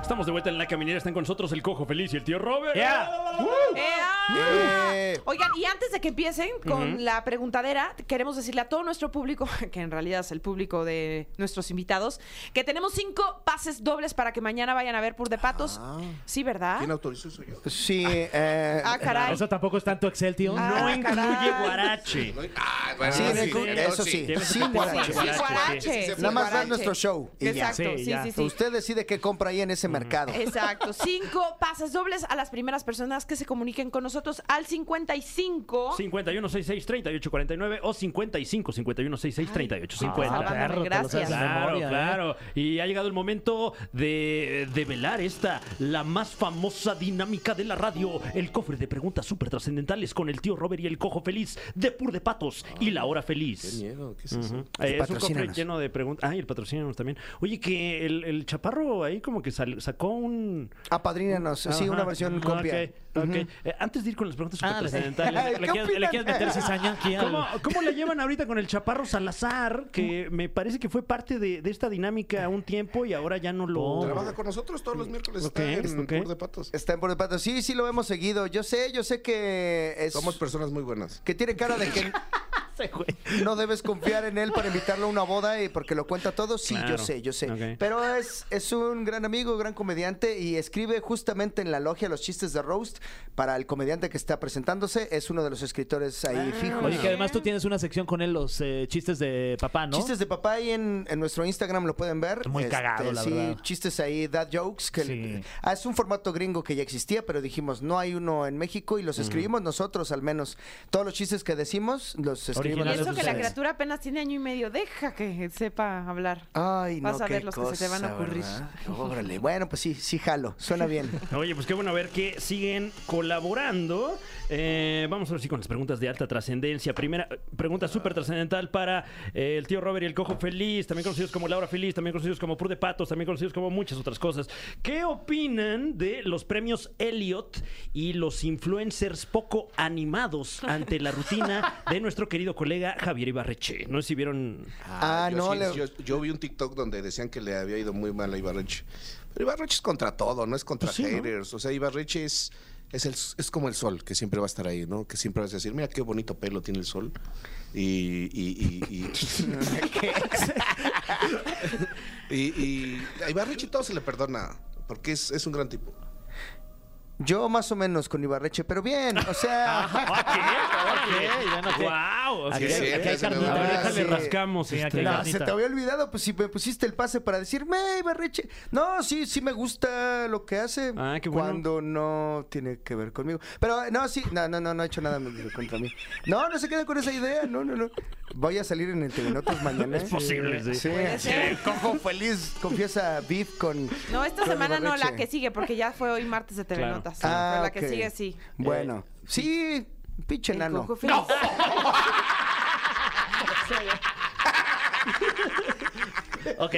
Estamos de vuelta en la caminera. Están con nosotros el cojo feliz y el tío Robert. Yeah. ¡Ea! Eh. ah! Oigan, y antes de que empiecen con la preguntadera, queremos decirle a todo nuestro público, que en realidad es el público de nuestros invitados, que tenemos cinco pases dobles para que mañana vayan a ver Pur de Patos. Ah. Sí, ¿verdad? ¿Quién autorizó eso yo? Pues Sí, eh, Ah, caray. Eso tampoco es tanto Excel, tío. Ah, No incluye caray. guarache. Ah, bueno, sí, sí, Nico, entonces eso sí, Debes sí, aceptar guarache. Sí, sí, guarache. Nada sí, Nada más ver guarache. nuestro show y ya. Exacto, Sí, sí, ya. sí, sí. Usted decide qué compra ahí en ese mercado. Eh, Exacto. Cinco pases dobles a las primeras personas que se comuniquen con nosotros al 55. 5166-3849 o 55 5166 Ah, 3850 Salvándome, te lo sabes de gracias. Claro, memoria, ¿eh? claro. Y ha llegado el momento de, de velar esta, la más famosa dinámica de la radio, el cofre de preguntas súper trascendentales con el tío Robert y el cojo feliz de Pur de Patos y la hora feliz. miedo, ¿qué es eso? Ujú. Eh, es un cofre patrocínanos. lleno de preguntas. Ay, el patrocínanos también. Oye, que el, el chaparro ahí como que sal- sacó un... Apadrínanos, sí, Ajá. una versión Ok, copia. ok. Eh, antes de ir con las preguntas Ah, le- supertrascendentales, ¿Qué ¿Le quieres, le opinan? quieres meter cizaña aquí al- ¿Cómo, ¿Cómo la llevan ahorita con el Chaparro Salazar? Que me parece que fue parte de, de esta dinámica un tiempo y ahora ya no lo. Trabaja con nosotros todos los miércoles. Ok, está en ok. Tour de Patos. Está en Por de Patos. Sí, sí lo hemos seguido. Yo sé, yo sé que es- Somos personas muy buenas. que tiene cara de que no debes confiar en él para invitarlo a una boda y porque lo cuenta todo. Sí, Claro. yo sé, yo sé. Ok. Pero es, es un gran amigo, gran comediante y escribe justamente en la logia los chistes de roast para el comediante que está presentándose. Es uno de los escritores ahí fijos. Oye, que además tú tienes una sección con él, los eh, chistes de papá, ¿no? Chistes de papá ahí en, en nuestro Instagram lo pueden ver. Este, Muy cagado, la sí, verdad. chistes ahí, dad jokes. Que Sí. Ah, es un formato gringo que ya existía, pero dijimos, no hay uno en México y Mm. los escribimos nosotros al menos. Todos los chistes que decimos los escribimos Y Originales eso que Gracias a la ustedes. criatura apenas tiene año y medio. Deja que sepa hablar. Ay, no, Vas a qué ver los que se te van a cosa, ocurrir. ¿verdad? Órale, bueno, pues sí, sí jalo, suena bien. Oye, pues qué bueno ver que siguen colaborando. Eh, vamos a ver si con las preguntas de alta trascendencia. Primera eh, pregunta súper trascendental para eh, el tío Robert y el Cojo Feliz, también conocidos como Laura Feliz, también conocidos como Pur de Patos, también conocidos como muchas otras cosas. ¿Qué opinan de los premios Elliot y los influencers poco animados ante la rutina de nuestro querido colega Javier Ibarreche? No sé si vieron... Ah, yo no, sí, le- yo, yo vi un TikTok donde decían que le había ido muy mal a Ibarreche. Pero Ibarreche es contra todo, no es Pues contra sí, ¿no? haters. O sea, Ibarreche es, es, el, es como el sol, que siempre va a estar ahí, ¿no? Que siempre vas a decir, mira qué bonito pelo tiene el sol. Y. y, y, y y- y a Ibarreche todo se le perdona, porque es, es un gran tipo. Yo más o menos con Ibarreche, pero bien, o Ah, sea... Ah, ¡Wow! Aquí, Sí, sí, hay- aquí hay sí, carnita. sí. A ver, déjale sí. rascamos. Sí, aquí este. hay no, carnita. se te había olvidado, pues si me pusiste el pase para decirme, Ibarreche. No, sí, sí me gusta lo que hace. Ah, qué bueno. Cuando no tiene que ver conmigo. Pero eh, no, sí, no, no, no, no ha hecho nada contra mí. No, no se queden con esa idea, no, no, no. Voy a salir en el Telenotas mañana. ¿eh? Es posible, sí. Sí, Puede así ser. de cojo feliz. Confiesa Beef con. ¿eh? No, esta con semana no, la Ibarreche. que sigue, porque ya fue hoy martes de TV Claro. Notas. Ah, Pero la ok. que sigue, sí. Bueno, sí, pinche El nano. Coco Feliz. Ok,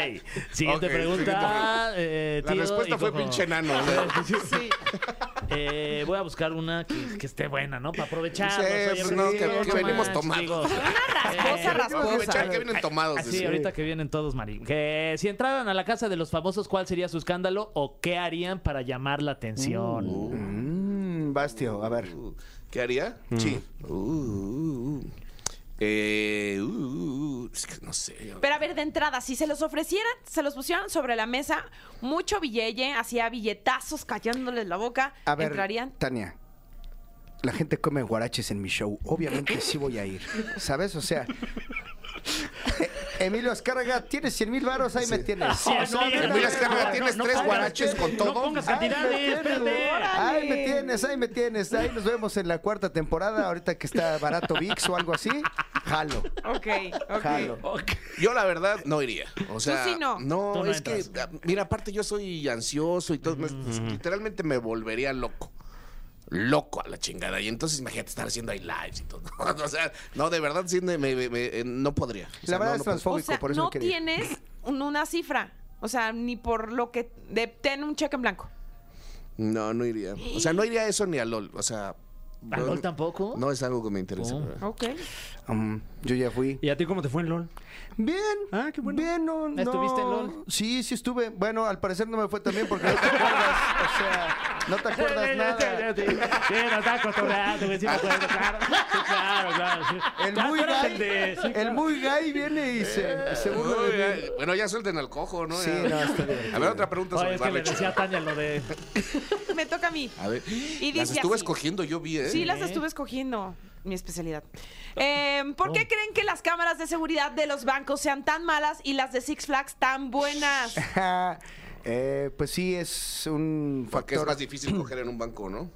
siguiente Ok, pregunta. eh, La tío respuesta y fue Coco. pinche nano. o sea, Sí. Eh, voy a buscar una que, que esté buena, ¿no? Para aprovechar. Sí, pues no, que- que venimos tomados. Una Eh, rasposa, rasposa. aprovechar que vienen tomados. ah, Sí, dice. ahorita que vienen todos, Marín. Que si entraran a la casa de los famosos, ¿cuál sería su escándalo o qué harían para llamar la atención? Mm, Bastio, a ver. Mm. Uh, ¿Qué haría? Sí. Uh, uh, uh. Eh, uh, uh, uh. Es que no sé. Pero a ver, de entrada, si se los ofrecieran, se los pusieran sobre la mesa, mucho billete, hacía billetazos callándoles la boca, A ver, entrarían. Tania. La gente come guaraches en mi show. Obviamente sí voy a ir. ¿Sabes? O sea. E- Emilio Azcárraga, tienes 100 mil varos, ahí me tienes. Sí, O no, no, sea, ven, no, Emilio ven, no, Azcárraga, no, ¿tienes no tres pongas- guaraches con todo? No pongas Ay, cantidades, me tienes, espérate. Ahí me tienes, ahí me tienes. Ahí nos vemos en la cuarta temporada, ahorita que está barato VIX o algo así. Jalo, Ok, ok. jalo. Yo la verdad no iría. O sea, sí no. no, Tú no es que entras. ah, mira, aparte yo soy ansioso y todo, me- literalmente me volvería loco. Loco a la chingada. Y entonces imagínate estar haciendo ahí lives y todo. o sea, no, de verdad sí me, me- me- eh, no podría. O sea, La verdad no, es O no podría. transfóbico, sea, por eso no pues, no quería. ir. tienes un- una cifra. O sea, ni por lo que. de- ten un cheque en blanco. No, no iría. O sea, no iría a eso ni a LOL. O sea. ¿A no- LOL tampoco? No es algo que me interese. Oh. la verdad. Ok. Mm, yo ya fui. ¿Y a ti cómo te fue en LOL? Bien. Ah, qué bueno. Bien, no, no- ¿Estuviste en LOL? Sí, sí estuve. Bueno, al parecer no me fue tan bien porque no te acuerdas. O sea, No te acuerdas nada. Sí, sí, sí, no está acostumbrado, güey. Sí, me acuerdo, claro. Sí, claro, claro. sí. El Ah, muy tú eras el gay, de- sí, el muy gay viene y Eh, se, se burla No, de mí. ya- bueno, ya suelten al cojo, ¿no? Sí, Ya. no, está bien. A ver, otra pregunta Oye, sobre es que le barlecho. decía a Tania lo de. Me toca a mí. A ver, las dice estuve así. escogiendo, yo vi, ¿eh? Sí, las estuve escogiendo. Mi especialidad. Eh, ¿Por qué creen que las cámaras de seguridad de los bancos sean tan malas y las de Six Flags tan buenas? Ah, eh, pues sí, es un Porque es factor. más difícil coger en un banco, ¿no?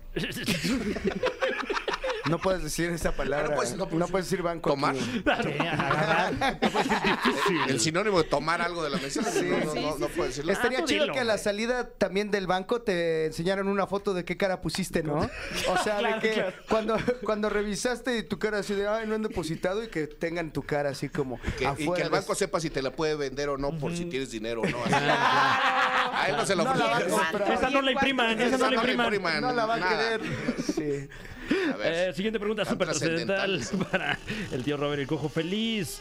No puedes decir esa palabra. no puedes- pues, no puedes- decir banco. Tomar. aquí. Sí, agarrar. El sinónimo de tomar algo de la mesa. Sí, no, no, sí, no, sí, no puedo decirlo. Estaría Ah, tú chido dilo, que a la güey. salida también del banco te enseñaran una foto de qué cara pusiste, ¿no? O sea, Claro, de que claro. cuando, cuando revisaste y tu cara así de, ay, no han depositado y que tengan tu cara así como Que- afuera. y que el de- banco sepa si te la puede vender o no por si tienes dinero o no. Así. Claro. A él no se la No la va a ofrezcas. comprar. Esa no la impriman, esa no la le impriman. impriman No la va a nada. querer. Sí. A ver. Eh, siguiente pregunta Pues, Tan súper trascendental trascendentales. para el tío Robert el Cojo Feliz.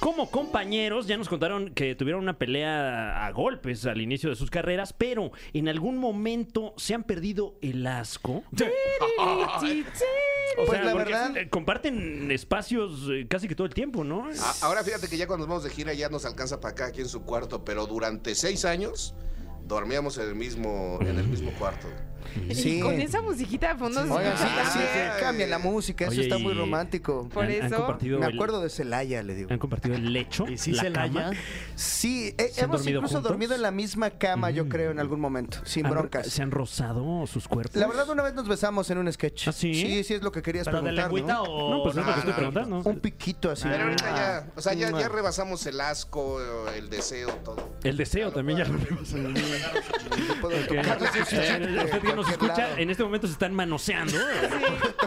Como compañeros, ya nos contaron que tuvieron una pelea a golpes al inicio de sus carreras, pero en algún momento se han perdido el asco. O Pues la porque, verdad- eh, comparten espacios eh, casi que todo el tiempo, ¿no? Ah, A- Ahora fíjate que ya cuando nos vamos de gira ya nos alcanza para acá aquí en su cuarto, pero durante seis años dormíamos en el mismo, en el mismo cuarto. Sí. Con esa musiquita de fondo. se Oigan, sí, escucha sí, también. sí, cambia la música, eso Oye, está y- muy romántico. Por ¿Han- han eso- compartido Me el- acuerdo de Celaya, le digo. ¿Han compartido el lecho? ¿Y si la se la cama? hallan? Sí, eh, ¿Se han hemos dormido incluso juntos? dormido en la misma cama, yo creo, en algún momento, sin ¿Han- broncas. ¿Se han rozado sus cuerpos? La verdad, una vez nos besamos en un sketch. ¿Ah, sí? Sí, sí, es lo que querías ¿Pero de preguntar, lengüita ¿no? o.? No, pues es lo que estoy preguntando. Un piquito Ah, así. Pero ahorita Ah, ya, o sea, ya, ya Mua. rebasamos el asco, el deseo, todo. El deseo también ya lo vimos. Te puedo Que- tocar los chichis Usted de que nos cualquier escucha, lado. en este momento se están manoseando.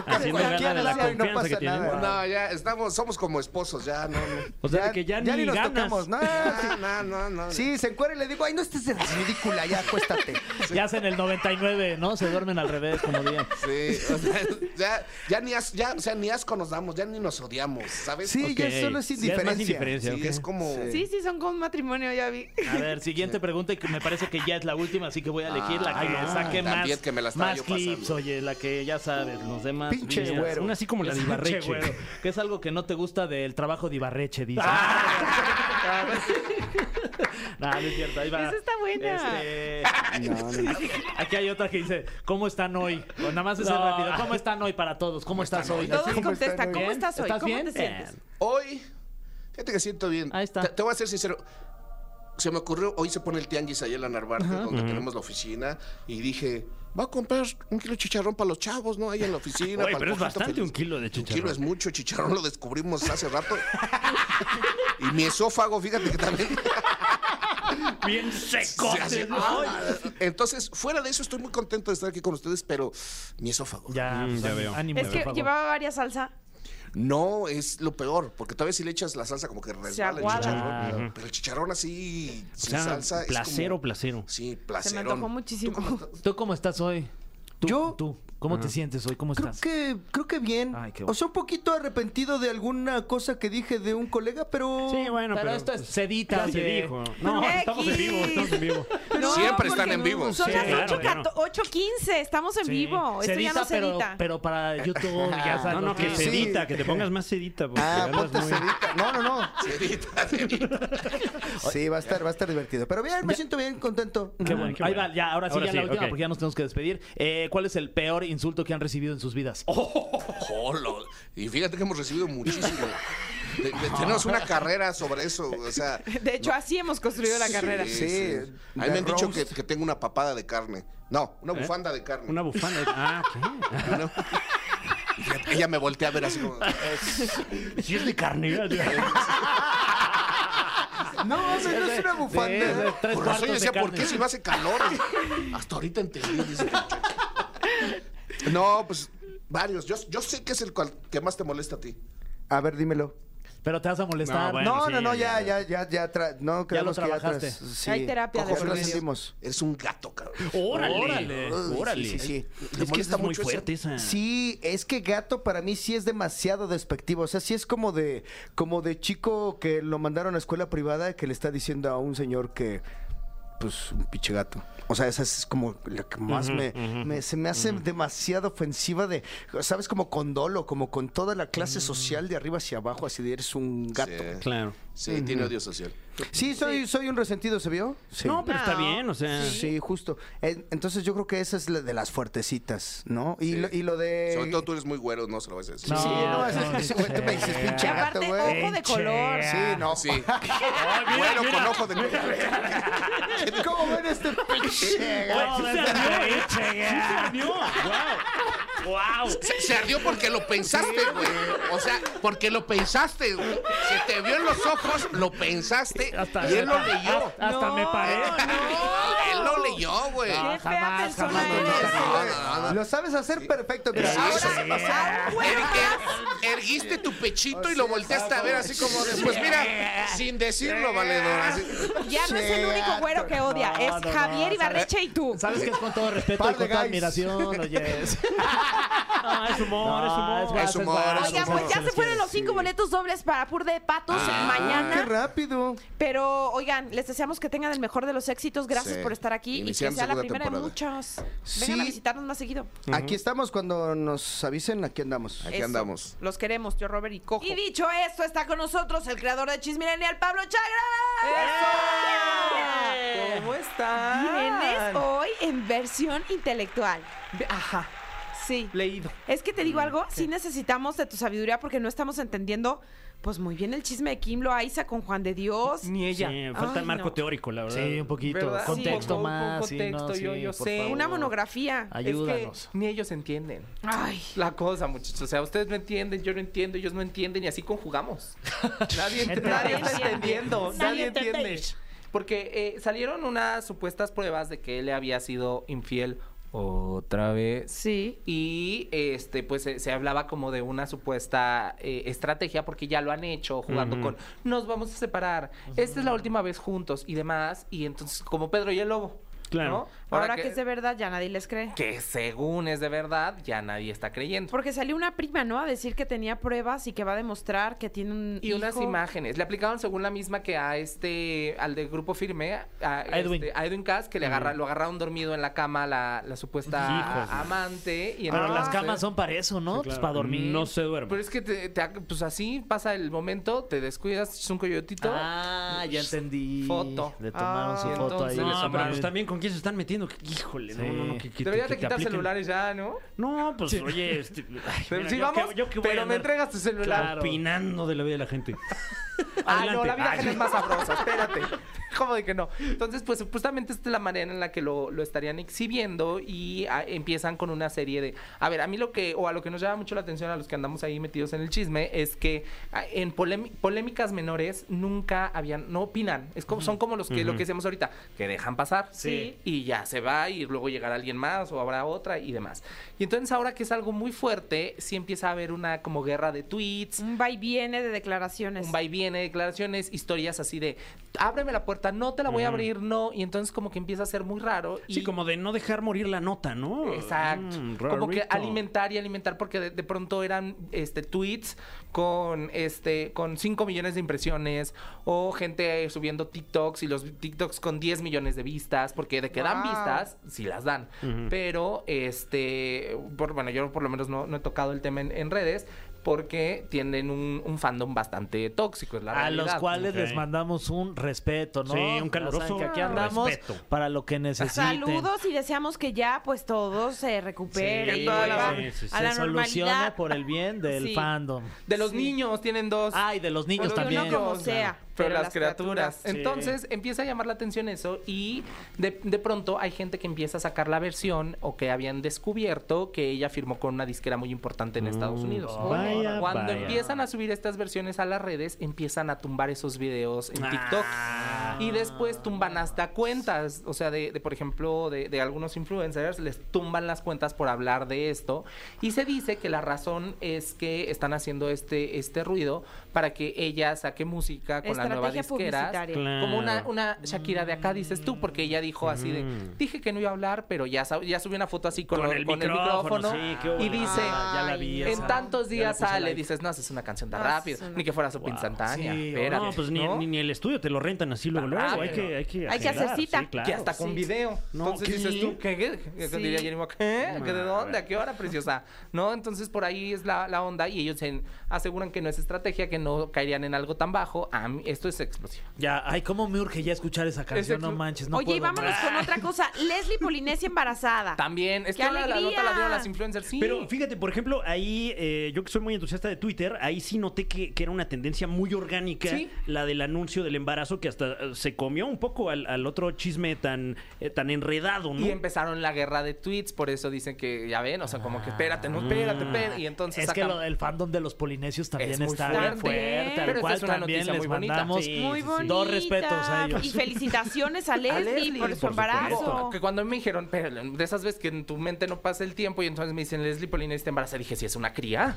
Haciendo cualquier gala de la lado y no confianza pasa que tienen. nada. No, ya estamos, somos como esposos, ya, no, no. O sea, de que ya, ni, nos ganas. tocamos, ¿no? Ah, no, no, no. Sí, se encuera y le digo, ay, no estés de ridícula, ya, acuéstate. Ya hacen el 99, ¿no? Se duermen al revés, como bien. Sí, o sea, ya, ya ni as- ya, o sea, ni asco nos damos, ya ni nos odiamos, ¿sabes? Sí, Ok. ya solo es Ya más indiferencia. Sí, indiferencia, ok. es como... Sí, sí, son como un matrimonio, ya vi. A ver, siguiente pregunta y que me parece que ya es la última, así que voy a elegir la que Ah, Ay, no, saque más, también que me la estaba más yo clips, pasando. oye, la que ya sabes, los demás. Pinche días. güero. Una así como la de Pinche Ibarreche. güero, Que es algo que no te gusta del trabajo de Ibarreche, dice. No, no es cierto, ahí va. Esa está buena. Este, Aquí hay otra que dice, ¿cómo están hoy? O nada más es el No. rápido. ¿Cómo están hoy para todos? ¿Cómo estás hoy? Todos ¿Cómo contestan, están? ¿cómo ¿Bien? estás hoy? ¿Estás ¿Cómo bien? te sientes? Hoy, fíjate que siento bien. Ahí está. Te, te voy a ser sincero. Se me ocurrió, hoy se pone el tianguis allá en la Narvarte, donde tenemos la oficina, y dije, va a comprar un kilo de chicharrón para los chavos, ¿no? Ahí en la oficina. Oye, para el pero es mojito bastante feliz". un kilo de Un kilo chicharrón. es mucho, chicharrón lo descubrimos hace rato. y mi esófago, fíjate que también... Bien seco. se hace- ¡Ah! Entonces, fuera de eso, estoy muy contento de estar aquí con ustedes, pero mi esófago. Ya, pues, ya ánimo, veo. ánimo, Es por que favor. llevaba varias salsa. No, es lo peor, porque todavía si le echas la salsa como que resbala el aguada. chicharrón. Claro. Pero el chicharrón así, O sin sea, salsa, es placero, como- placero. Sí, Se me placerón. antojó muchísimo. ¿Tú cómo estás hoy? Tú, Yo- Tú, ¿cómo te sientes hoy? ¿Cómo Creo estás? que, creo que bien. Ay, qué bueno. O sea, un poquito arrepentido de alguna cosa que dije de un colega, pero... Sí, bueno, pero, pues, sedita, ya se oye. dijo. No, Pero estamos en X. vivo, estamos en vivo. Siempre porque están en vivo. Son Sí, las claro, 8:14, claro. 8.15, estamos en Sí. vivo. Esto ya Sedita, no se pero, edita. pero para YouTube, ya sabes. No, no, que Sí. se- sedita, que te pongas más sedita. Porque Ah, andas ponte muy- sedita. No, no, no. Cerita, cerita. Sí, va a estar, va a estar divertido. Pero bien, me siento bien contento. Qué Ah, bueno. qué Ahí bueno. va, ya, ahora sí, Ahora ya sí, la última, ok. porque ya nos tenemos que despedir. Eh, ¿Cuál es el peor insulto que han recibido en sus vidas? Jolo. Y fíjate que hemos recibido muchísimo. De- de- tenemos una carrera sobre eso, o sea... de hecho, así hemos construido la carrera. Sí, Sí, sí. A mí de me han dicho que, roast. que tengo una papada de carne. No, una bufanda de carne. Una bufanda. Ah, ¿qué? Una- Y fíjate, Ella me voltea a ver así como... Si es de carne. No, o sea, no es una Sí, es de bufanda. tres Por razón, cuartos yo de decía, ¿por carne. qué si no hace calor? Hasta ahorita entendí. dice. No, pues varios. Yo, yo sé que es el cual, que más te molesta a ti. A ver, dímelo. Pero te vas a molestar. No, Ah, bueno. No, no, sí, no, ya, ya, ya, ya, ya, tra- no creemos que ya trabajaste. tras- sí. Hay terapia de Ojo, ya lo remedio. sentimos. Eres un gato, cabrón. Órale. Ay, Órale. Sí, sí, sí. Le Es que molesta esa es muy mucho eso. fuerte esa. Sí, es que gato para mí sí es demasiado despectivo. O sea, sí es como de, como de chico que lo mandaron a escuela privada y que le está diciendo a un señor que, pues un pinche gato. O sea, esa es como la que más me, me- se me hace demasiado ofensiva de, ¿sabes? Como con dolo, como con toda la clase social de arriba hacia abajo, así de eres un gato. Mm. Sí, Claro. sí, tiene odio social. Sí, soy, soy un resentido, ¿se vio? Sí. No, pero está No. bien, o Ah. sea. Sí, justo. En- Entonces yo creo que esa es la de las fuertecitas, ¿no? Y, lo, y lo de... Sobre Eh, todo tú eres muy güero, no se lo vas a decir. Sí, no, No, ese- no, ese güey, tú me dices, pinche Y gato, aparte, güey. ojo de color. Sí, no. Sí. Güero con ojo de ¿Cómo ven este pinche Güey, gato? sí se ardió, ¿eh? Sí se ardió. Wow. Wow. Se, se ardió porque lo pensaste, güey. O sea, porque lo pensaste, güey. Se te vio en los ojos, lo pensaste Hasta- y él lo leyó. hasta- hasta me paré. Él lo leyó, güey. Qué fea jamás, persona jamás, eres. no, no, no. Lo sabes hacer perfecto. Mira, Sí. ahora- Sí. Ahora, aún Er- huevo más. er- erguiste tu pechito y lo volteaste a ver así como de, pues mira, sin decirlo, valedor. así. Ya no es el único güero que odia. No, Es no, no, Javier ¿sabes? Ibarreche y tú. Sabes que es con todo respeto Par y de con toda guys. admiración, oye. Ah, es humor, No, es humor. guasa, Es humor, guasa, es Oigan, humor. pues ya se fueron los cinco boletos dobles para Pur de Patos Ah, Qué mañana. rápido. Pero, oigan, les deseamos que tengan el mejor de los éxitos. Gracias Sí. por estar aquí y que sea Iniciamos la segunda primera de temporada. muchos. Vengan Sí. a visitarnos más seguido. Aquí estamos cuando nos avisen, aquí andamos. Aquí Eso. andamos. Los queremos, tío Robert y Cojo. Y dicho esto, está con nosotros el creador de Chismilenial, Pablo Chagra. ¿Cómo están? Vienes hoy en versión intelectual. Ajá, Sí. leído. Mm, Es que te digo algo, sí necesitamos de tu sabiduría porque no estamos entendiendo, pues muy bien el chisme de Kim Loaiza con Juan de Dios. Ni ella. Sí, falta Ay, el marco no. teórico, la verdad. Sí, un poquito. ¿Verdad? Contexto Sí, más. poco sí, no, contexto, yo- sí, yo por sé. favor. Una monografía. Ayúdanos. Es que ni ellos entienden. Ay. La cosa, muchachos. O sea, ustedes no entienden, yo no entiendo, ellos no entienden y así conjugamos. nadie, ent- Nadie nadie está entendiendo. entiende. Nadie Nadie entiende. entendéis. Porque eh, salieron unas supuestas pruebas de que él le había sido infiel otra vez. Sí. Y este, pues se, se hablaba como de una supuesta eh, estrategia, porque ya lo han hecho, jugando con nos vamos a separar, esta es la última vez juntos y demás. Y entonces, como Pedro y el Lobo. Claro. ¿no? Ahora, que... es de verdad, ya nadie les cree. que según es de verdad, ya nadie está creyendo. Porque salió una prima, ¿no? A decir que tenía pruebas y que va a demostrar que tiene un. Y unas hijo. imágenes. Le aplicaron según la misma que a este, al del grupo firme, a, Edwin. este, a Edwin Cass, que le agarra, lo agarraron dormido en la cama la, la supuesta Hijos. amante. Y Pero entonces- las camas son para eso, ¿no? Pues Claro. para dormir. No se duerme. Pero es que te, te- pues así pasa el momento, te descuidas, es un coyotito. Ah, ya entendí. Pues, Foto. Le tomaron Ah, su foto ahí. entonces- le No, pero tomaron- pues también con quién se están metiendo. que- Híjole, no, Sí. no, no, que- que- Deberías que te de quitar apliquen. celulares ya, ¿no? No, pues oye, este, ay, Pero mira, sí yo vamos, que- yo que voy pero a me andar entregas tu celular. Opinando de la vida de la gente. Ah, no, la vida Adelante. ajena es más sabrosa, espérate. ¿Cómo de que no? Entonces, pues supuestamente esta es la manera en la que lo, lo estarían exhibiendo y ah, empiezan con una serie de... A ver, a mí lo que, o a lo que nos llama mucho la atención a los que andamos ahí metidos en el chisme, es que ah, en polemi- polémicas menores nunca habían, no opinan, es como, son como los que, lo que decíamos ahorita, que dejan pasar Sí. y ya se va y luego llegará alguien más o habrá otra y demás. Y entonces ahora que es algo muy fuerte, sí empieza a haber una como guerra de tweets, Un va y viene de declaraciones. un va y viene, declaraciones, historias así de ábreme la puerta, no te la voy a abrir, no. Y entonces como que empieza a ser muy raro. Y... Sí, como de no dejar morir la nota, ¿no? Exacto. Mm, como que rarito. alimentar y alimentar, porque de, de pronto eran este tweets con este con 5 millones de impresiones o gente subiendo TikToks y los TikToks con 10 millones de vistas, porque de que dan Wow. vistas, sí las dan. Pero este, por- bueno, yo por lo menos no, no he tocado el tema en, en redes. Porque tienen un, un fandom bastante tóxico, es la A los realidad. cuales Ok. les mandamos un respeto, ¿no? Sí, un Ya saben caluroso que aquí andamos respeto. para lo que necesiten. Saludos y deseamos que ya pues todo se recupere Sí, y vuelva sí, sí, sí. a Se la soluciona normalidad. por el bien del Sí. fandom. De los Sí. niños tienen dos. Ay, de los niños Pero Porque uno también. como sea, Pero, las, criaturas. Entonces empieza a llamar la atención eso y de, de pronto hay gente que empieza a sacar la versión o que habían descubierto que ella firmó con una disquera muy importante en Estados Unidos. vaya, Cuando vaya. empiezan a subir estas versiones a las redes, empiezan a tumbar esos videos en TikTok. Y después pues tumban hasta cuentas. O sea, de, de, por ejemplo, de, de algunos influencers, les tumban las cuentas por hablar de esto. Y se dice que la razón es que están haciendo este, este ruido para que ella saque música con la nueva Estrategia disquera. publicitaria. Como una, Claro. una Shakira de acá, dices tú, porque ella dijo así de, dije que no iba a hablar, pero ya, sab- ya subí una foto así Mm. con, Con lo- el con micrófono, micrófono", sí, qué y bueno. dice, Ah, ya la Ay, vi no. en esa. tantos Ya la días sale, dices, no, esa es una canción tan No, rápido. es una- Ni que fuera sopa Wow. instantánea. Sí, espérate, no, pues ni, ¿no? ni- ni el estudio te lo rentan así luego. Está luego. Hay rápido. que, hay que, Hay que hacer arreglar, cita. sí, claro. Que hasta con video. No, Entonces ¿qué? dices tú, ¿qué? qué? ¿Qué Sí. diría Jeremy Mock? ¿Eh? ¿Que ¿De dónde? ¿A qué hora, preciosa? No, entonces por ahí es la, la onda y ellos en- aseguran que no es estrategia, que no caerían en algo tan bajo. A mí- esto es explosivo. Ya, ay, cómo me urge ya escuchar esa canción, Exacto. no manches, no Oye, y puedo más. vámonos con otra cosa. Leslie Polinesia embarazada. También, es ¡Qué que ahora la nota la alegría! dieron las influencers, sí. Pero fíjate, por ejemplo, ahí eh, yo que soy muy entusiasta de Twitter, ahí sí noté que, que era una tendencia muy orgánica Sí. la del anuncio del embarazo que hasta eh, se comió un poco al, al otro chisme tan, eh, tan enredado, ¿no? Y empezaron la guerra de tweets, por eso dicen que, ya ven, o sea, como que espérate, no, espérate, espérate. Y entonces es que sacan- lo del fandom de los polinesios también Es muy está bien fuerte. fuerte, al Pero esta cual es una también noticia les muy bonita. mandamos Sí, Muy bonita. dos respetos a ellos. Y felicitaciones a Leslie, A Leslie, por su por embarazo. supuesto. Que cuando me dijeron, pero de esas veces que en tu mente no pasa el tiempo y entonces me dicen, Leslie Polina está embarazada, dije, si es una cría,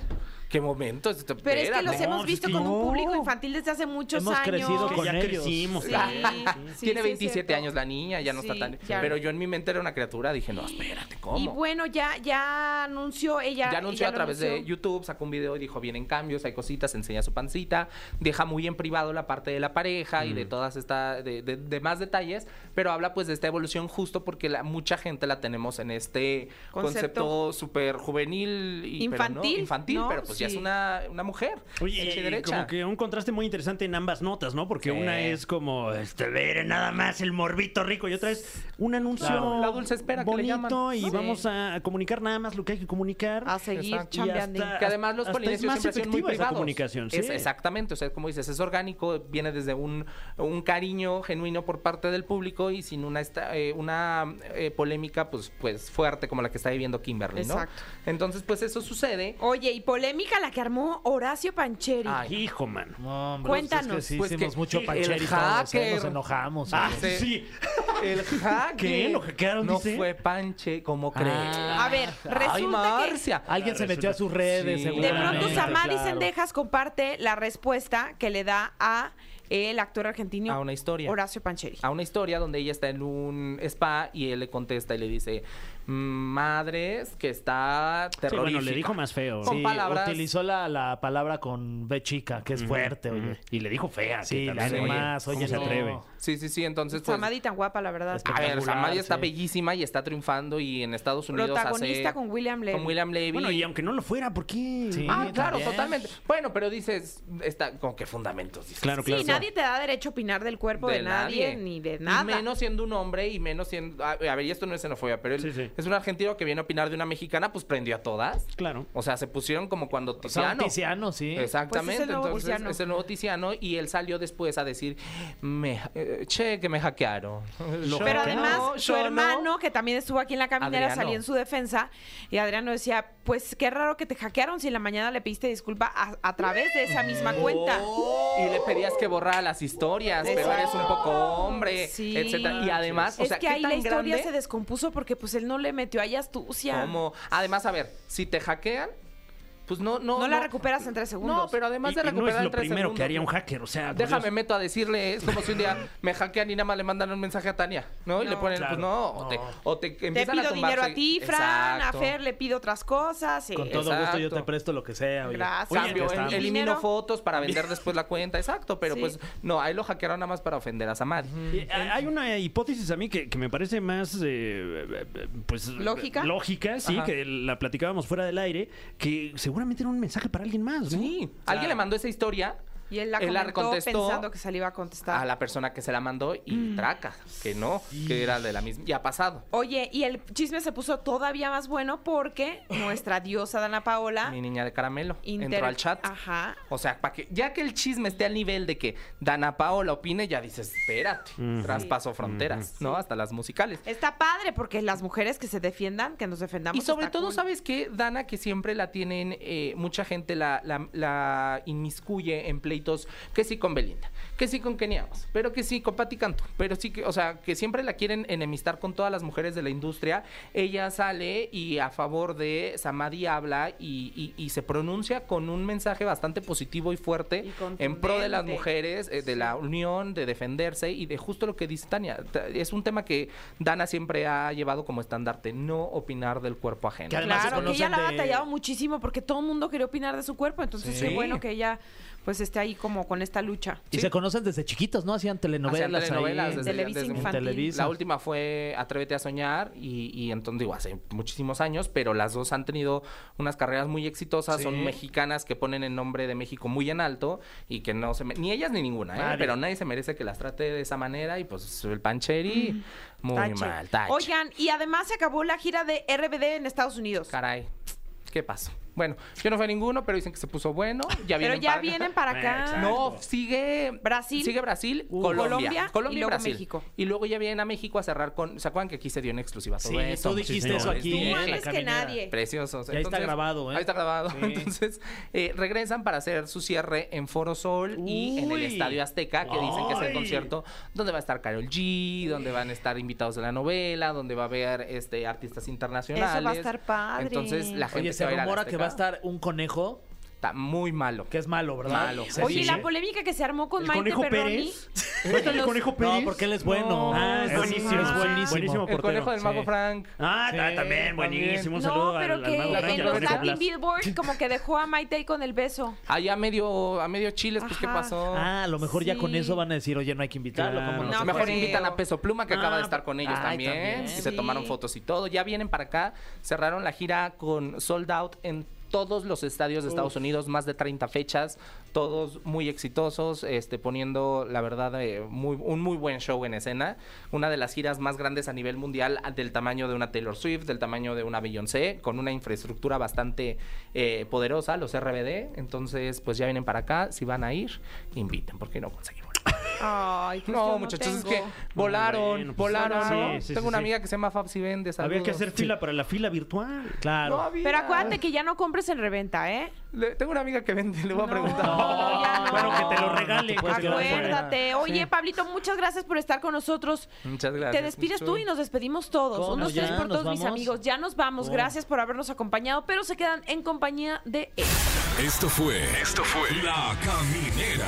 qué momento. Esto- Pero es que espérate. los No, hemos es visto que con no. un público infantil desde hace muchos Hemos años. crecido Que con ya ellos. crecimos. eh, Sí, también. sí, Tiene sí, es 27 cierto. años la niña, ya no Sí, está tan... ya Pero no. yo en mi mente era una criatura, dije, no, espérate, ¿cómo? Y bueno, ya, ya anunció ella. ya anunció ella a lo través de anunció. YouTube, sacó un video y dijo, vienen cambios, hay cositas, enseña su pancita, deja muy en privado la parte de la pareja y de Mm. todas estas, de, de- de más detalles, pero habla pues de esta evolución justo porque la, mucha gente la tenemos en este Concepto. concepto súper juvenil y pero no, Infantil, infantil, ¿no? pero pues ya es Sí. una, una mujer. Oye, hecha y y derecha. como que un contraste muy interesante en ambas notas, ¿no? Porque Sí. una es como, este, ver nada más el morbito rico y otra es un anuncio Claro. La dulce espera que le llaman, bonito y ¿no? vamos a comunicar nada más lo que hay que comunicar. A seguir Y Exacto. chambeando. hasta- Que además los hasta polinesios es más siempre han sido muy efectiva esa privados. comunicación, sí. Es- exactamente, o sea, como dices, es orgánico, viene desde un, un cariño genuino por parte del público y sin una esta- eh, una eh, polémica pues pues fuerte como la que está viviendo Kimberly, ¿no? Exacto. Entonces, pues eso sucede. Oye, y polémica la que armó Horacio Pancheri. Ay, hijo, man. No, hombre, pues es que Cuéntanos. sí Pues hicimos que- mucho el pancheri todos, ¿eh? nos hacker. enojamos. Ah, oye. sí. sí. Este, El hacker. ¿Qué? ¿Lo hackearon, No dice? fue Panche, ¿cómo Ah. crees? A ver, Ay, resulta que Marcia. Alguien se metió a sus redes, Sí. De pronto seguramente. Samari claro. Sendejas comparte la respuesta que le da a el actor argentino A una historia. Ah, Horacio Pancheri. a una historia donde ella está en un spa y él le contesta y le dice, madres, que está Sí, terrorífica. bueno, le dijo más feo. Con Sí, palabras. Utilizó la, la palabra con B chica, que es fuerte, oye. Y le dijo fea. Sí, que la también, oye, más, oye. ¿cómo se no. atreve? Sí, sí, sí, entonces pues... Samadi tan guapa, la verdad. Ah, A ver, Samadi espectacular, está sí. bellísima y está triunfando y en Estados Unidos Protagonista hace- con William Levy. con William Levy. Bueno, y aunque no lo fuera, ¿por qué? Sí. Ah, claro, también. totalmente. Bueno, pero dices, está con qué fundamentos. Dices, Claro, claro. Sí, nadie te da derecho a opinar del cuerpo Pues de, nadie, ni de nada. Y menos siendo un hombre y menos siendo. A, a ver, y esto no es xenofobia, pero él Sí, sí. es un argentino que viene a opinar de una mexicana, pues prendió a todas. Claro. O sea, se pusieron como cuando Son Tiziano. Tiziano, sí. Exactamente, Pues es el nuevo entonces Tiziano. es el nuevo Tiziano y él salió después a decir, me, eh, che, que me hackearon. Lo Pero hackearon. además, No, su yo no. hermano, que también estuvo aquí en la caminera, Adriano. salió en su defensa. Y Adriano decía: Pues qué raro que te hackearon si en la mañana le pediste disculpa a, a través de esa misma cuenta. Y le pedías que borrara Mm. las historias, pero eres un poco hombre, Sí. etcétera. Y además, o es sea, que ¿qué ahí la tan historia grande? se descompuso porque pues él no le metió ahí astucia. Como, además, a ver, si te hackean, pues no, no. No, la recuperas en tres segundos. No, pero además de Y- y no recuperar es en lo tres primero segundos, pues, que haría un hacker, o sea. por Déjame Dios. meto a decirle, es como si un día me hackean y nada más le mandan un mensaje a Tania, ¿no? Y le No. ponen, Claro. pues no, o te, o te Te empiezan pido a tumbar dinero a segu- ti, Fran, Exacto. a Fer le pido otras cosas. sí. Con todo gusto yo te Exacto. presto lo que sea. Oye. Gracias. Oye, Cambio, ya el- está. el- elimino Dinero. fotos para vender después la cuenta, exacto, pero Sí. pues no, ahí lo hackearon nada más para ofender a Samadi. Y eh, hay hay una hipótesis a mí que, que me parece más eh, pues ¿Lógica? lógica, sí, Ajá. que la platicábamos fuera del aire, que seguramente era un mensaje para alguien más, ¿no? Sí, alguien le mandó esa historia Y él la Él comentó la contestó pensando que Mm. se le iba a contestar. a la persona que se la mandó y traca, que no, que era de la misma, ya ha pasado. Oye, y el chisme se puso todavía más bueno porque nuestra diosa Dana Paola Mi niña de caramelo Ah. inter- Ah. entró al chat. Ajá. O sea, para que ya que el chisme esté al nivel de que Dana Paola opine, ya dices, espérate, traspasó fronteras, ¿no? Hasta las musicales. Está padre porque las mujeres que se defiendan, que nos defendamos. Y sobre está todo, cool. ¿sabes qué? Dana, que siempre la tienen, eh, mucha gente la, la- la inmiscuye en pleitos, que sí con Belinda, que sí con Kenia Abbas, pero que sí con Patti Cantú, pero sí que, o sea, que siempre la quieren enemistar con todas las mujeres de la industria. Ella sale y a favor de Samadhi habla y, y- y se pronuncia con un mensaje bastante positivo y fuerte Y en pro de las contundente. mujeres, eh, de la unión, de defenderse y de justo lo que dice Tania. Ta- Es un tema que Dana siempre ha llevado como estandarte, no opinar del cuerpo ajeno. Que además se claro, que ella conocen la ha de- batallado muchísimo porque todo el mundo quería opinar de su cuerpo, entonces Sí. qué bueno que ella pues esté ahí como con esta lucha. Y se conocen desde chiquitos, ¿no? Hacían telenovelas. Hacían telenovelas ahí. desde- Televisa desde- infantil. Televisa. La última fue Atrévete a soñar y, y entonces digo, hace muchísimos años, pero las dos han tenido unas carreras muy exitosas, son mexicanas que ponen el nombre de México muy en alto y que no se... me- Ni ellas ni ninguna, ¿eh? Nadie. pero nadie se merece que las trate de esa manera y pues el pancheri, muy Tache. mal, tache. Oigan, y además se acabó la gira de RBD en Estados Unidos. Caray, ¿qué pasó? Bueno, yo no fui a ninguno, pero dicen que se puso bueno. Ya Pero vienen ya para- vienen para acá. No, sigue Brasil. Sigue Brasil, Uh. Colombia Colombia, y Colombia y luego Brasil. México. Y luego ya vienen a México a cerrar con. ¿Se acuerdan que aquí se dio en exclusiva todo Sí, eso? tú dijiste eso Muchísimo. aquí. Tú en la antes que caminera. nadie. Preciosos. Ya está grabado, ¿eh? Ahí está grabado. Sí. Entonces, eh, regresan para hacer su cierre en Foro Sol y en el Uy. Estadio Azteca, que dicen que es Ay. el concierto donde va a estar Carol G, donde van a estar invitados de la novela, donde va a haber este, artistas internacionales. estar padre. Entonces, la gente Oye, se va a ir al rumora que va a Azteca estar un conejo está muy malo. que es malo, ¿verdad? Malo. Se Oye, ¿y dice. la polémica que se armó con ¿El Maite conejo Perroni. Pérez? de ¿El los- conejo Pérez? No, porque él es bueno. Ah, No, es es buenísimo. buenísimo, Es buenísimo. buenísimo. El portero. conejo del mago Sí. Frank. Ah, ta- Sí, también, también. buenísimo. Un No, saludo al, pero al que mago Frank en y a los Pepe Latin Blas. Billboard como que dejó a Maite ahí con el beso. Allá Ah, medio, a medio chiles, pues, ¿qué Ajá. pasó? Ah, a lo mejor ya con Sí. eso van a decir, oye, no hay que invitarlo. Claro. ¿cómo A Ah, no? lo No, mejor creo. invitan a Peso Pluma, que acaba de estar con ellos ay, también. también. y Se Sí. tomaron fotos y todo. Ya vienen para acá. Cerraron la gira con Sold Out en todos los estadios de Estados Unidos, más de 30 fechas, todos muy exitosos, este, poniendo, la verdad, eh, muy, un muy buen show en escena. Una de las giras más grandes a nivel mundial, a- del tamaño de una Taylor Swift, del tamaño de una Beyoncé, con una infraestructura bastante eh, poderosa, los RBD. Entonces, pues ya vienen para acá. Si van a ir, inviten, porque no conseguimos. Ay, pues yo No, muchachos, es tengo. que volaron, bueno, pues, volaron. sí, sí, Tengo sí, una sí. amiga que se llama Fab Vende, Había que hacer fila para la fila virtual. Claro. Pero acuérdate que ya no compres en reventa, ¿eh? tengo una amiga que vende, le voy a No, preguntar. no, ya no. Bueno, que te lo No, regalen. no te puedes que te lo quedar fuera. regalen. Acuérdate. Oye, Pablito, muchas gracias por estar con nosotros. Muchas gracias. Te despides mucho. tú y nos despedimos todos. ¿Cómo? Unos ¿Ya tres por nos todos, mis vamos? amigos. Ya nos vamos. Oh. Gracias por habernos acompañado, pero se quedan en compañía de él. Esto fue. Esto fue. La Caminera.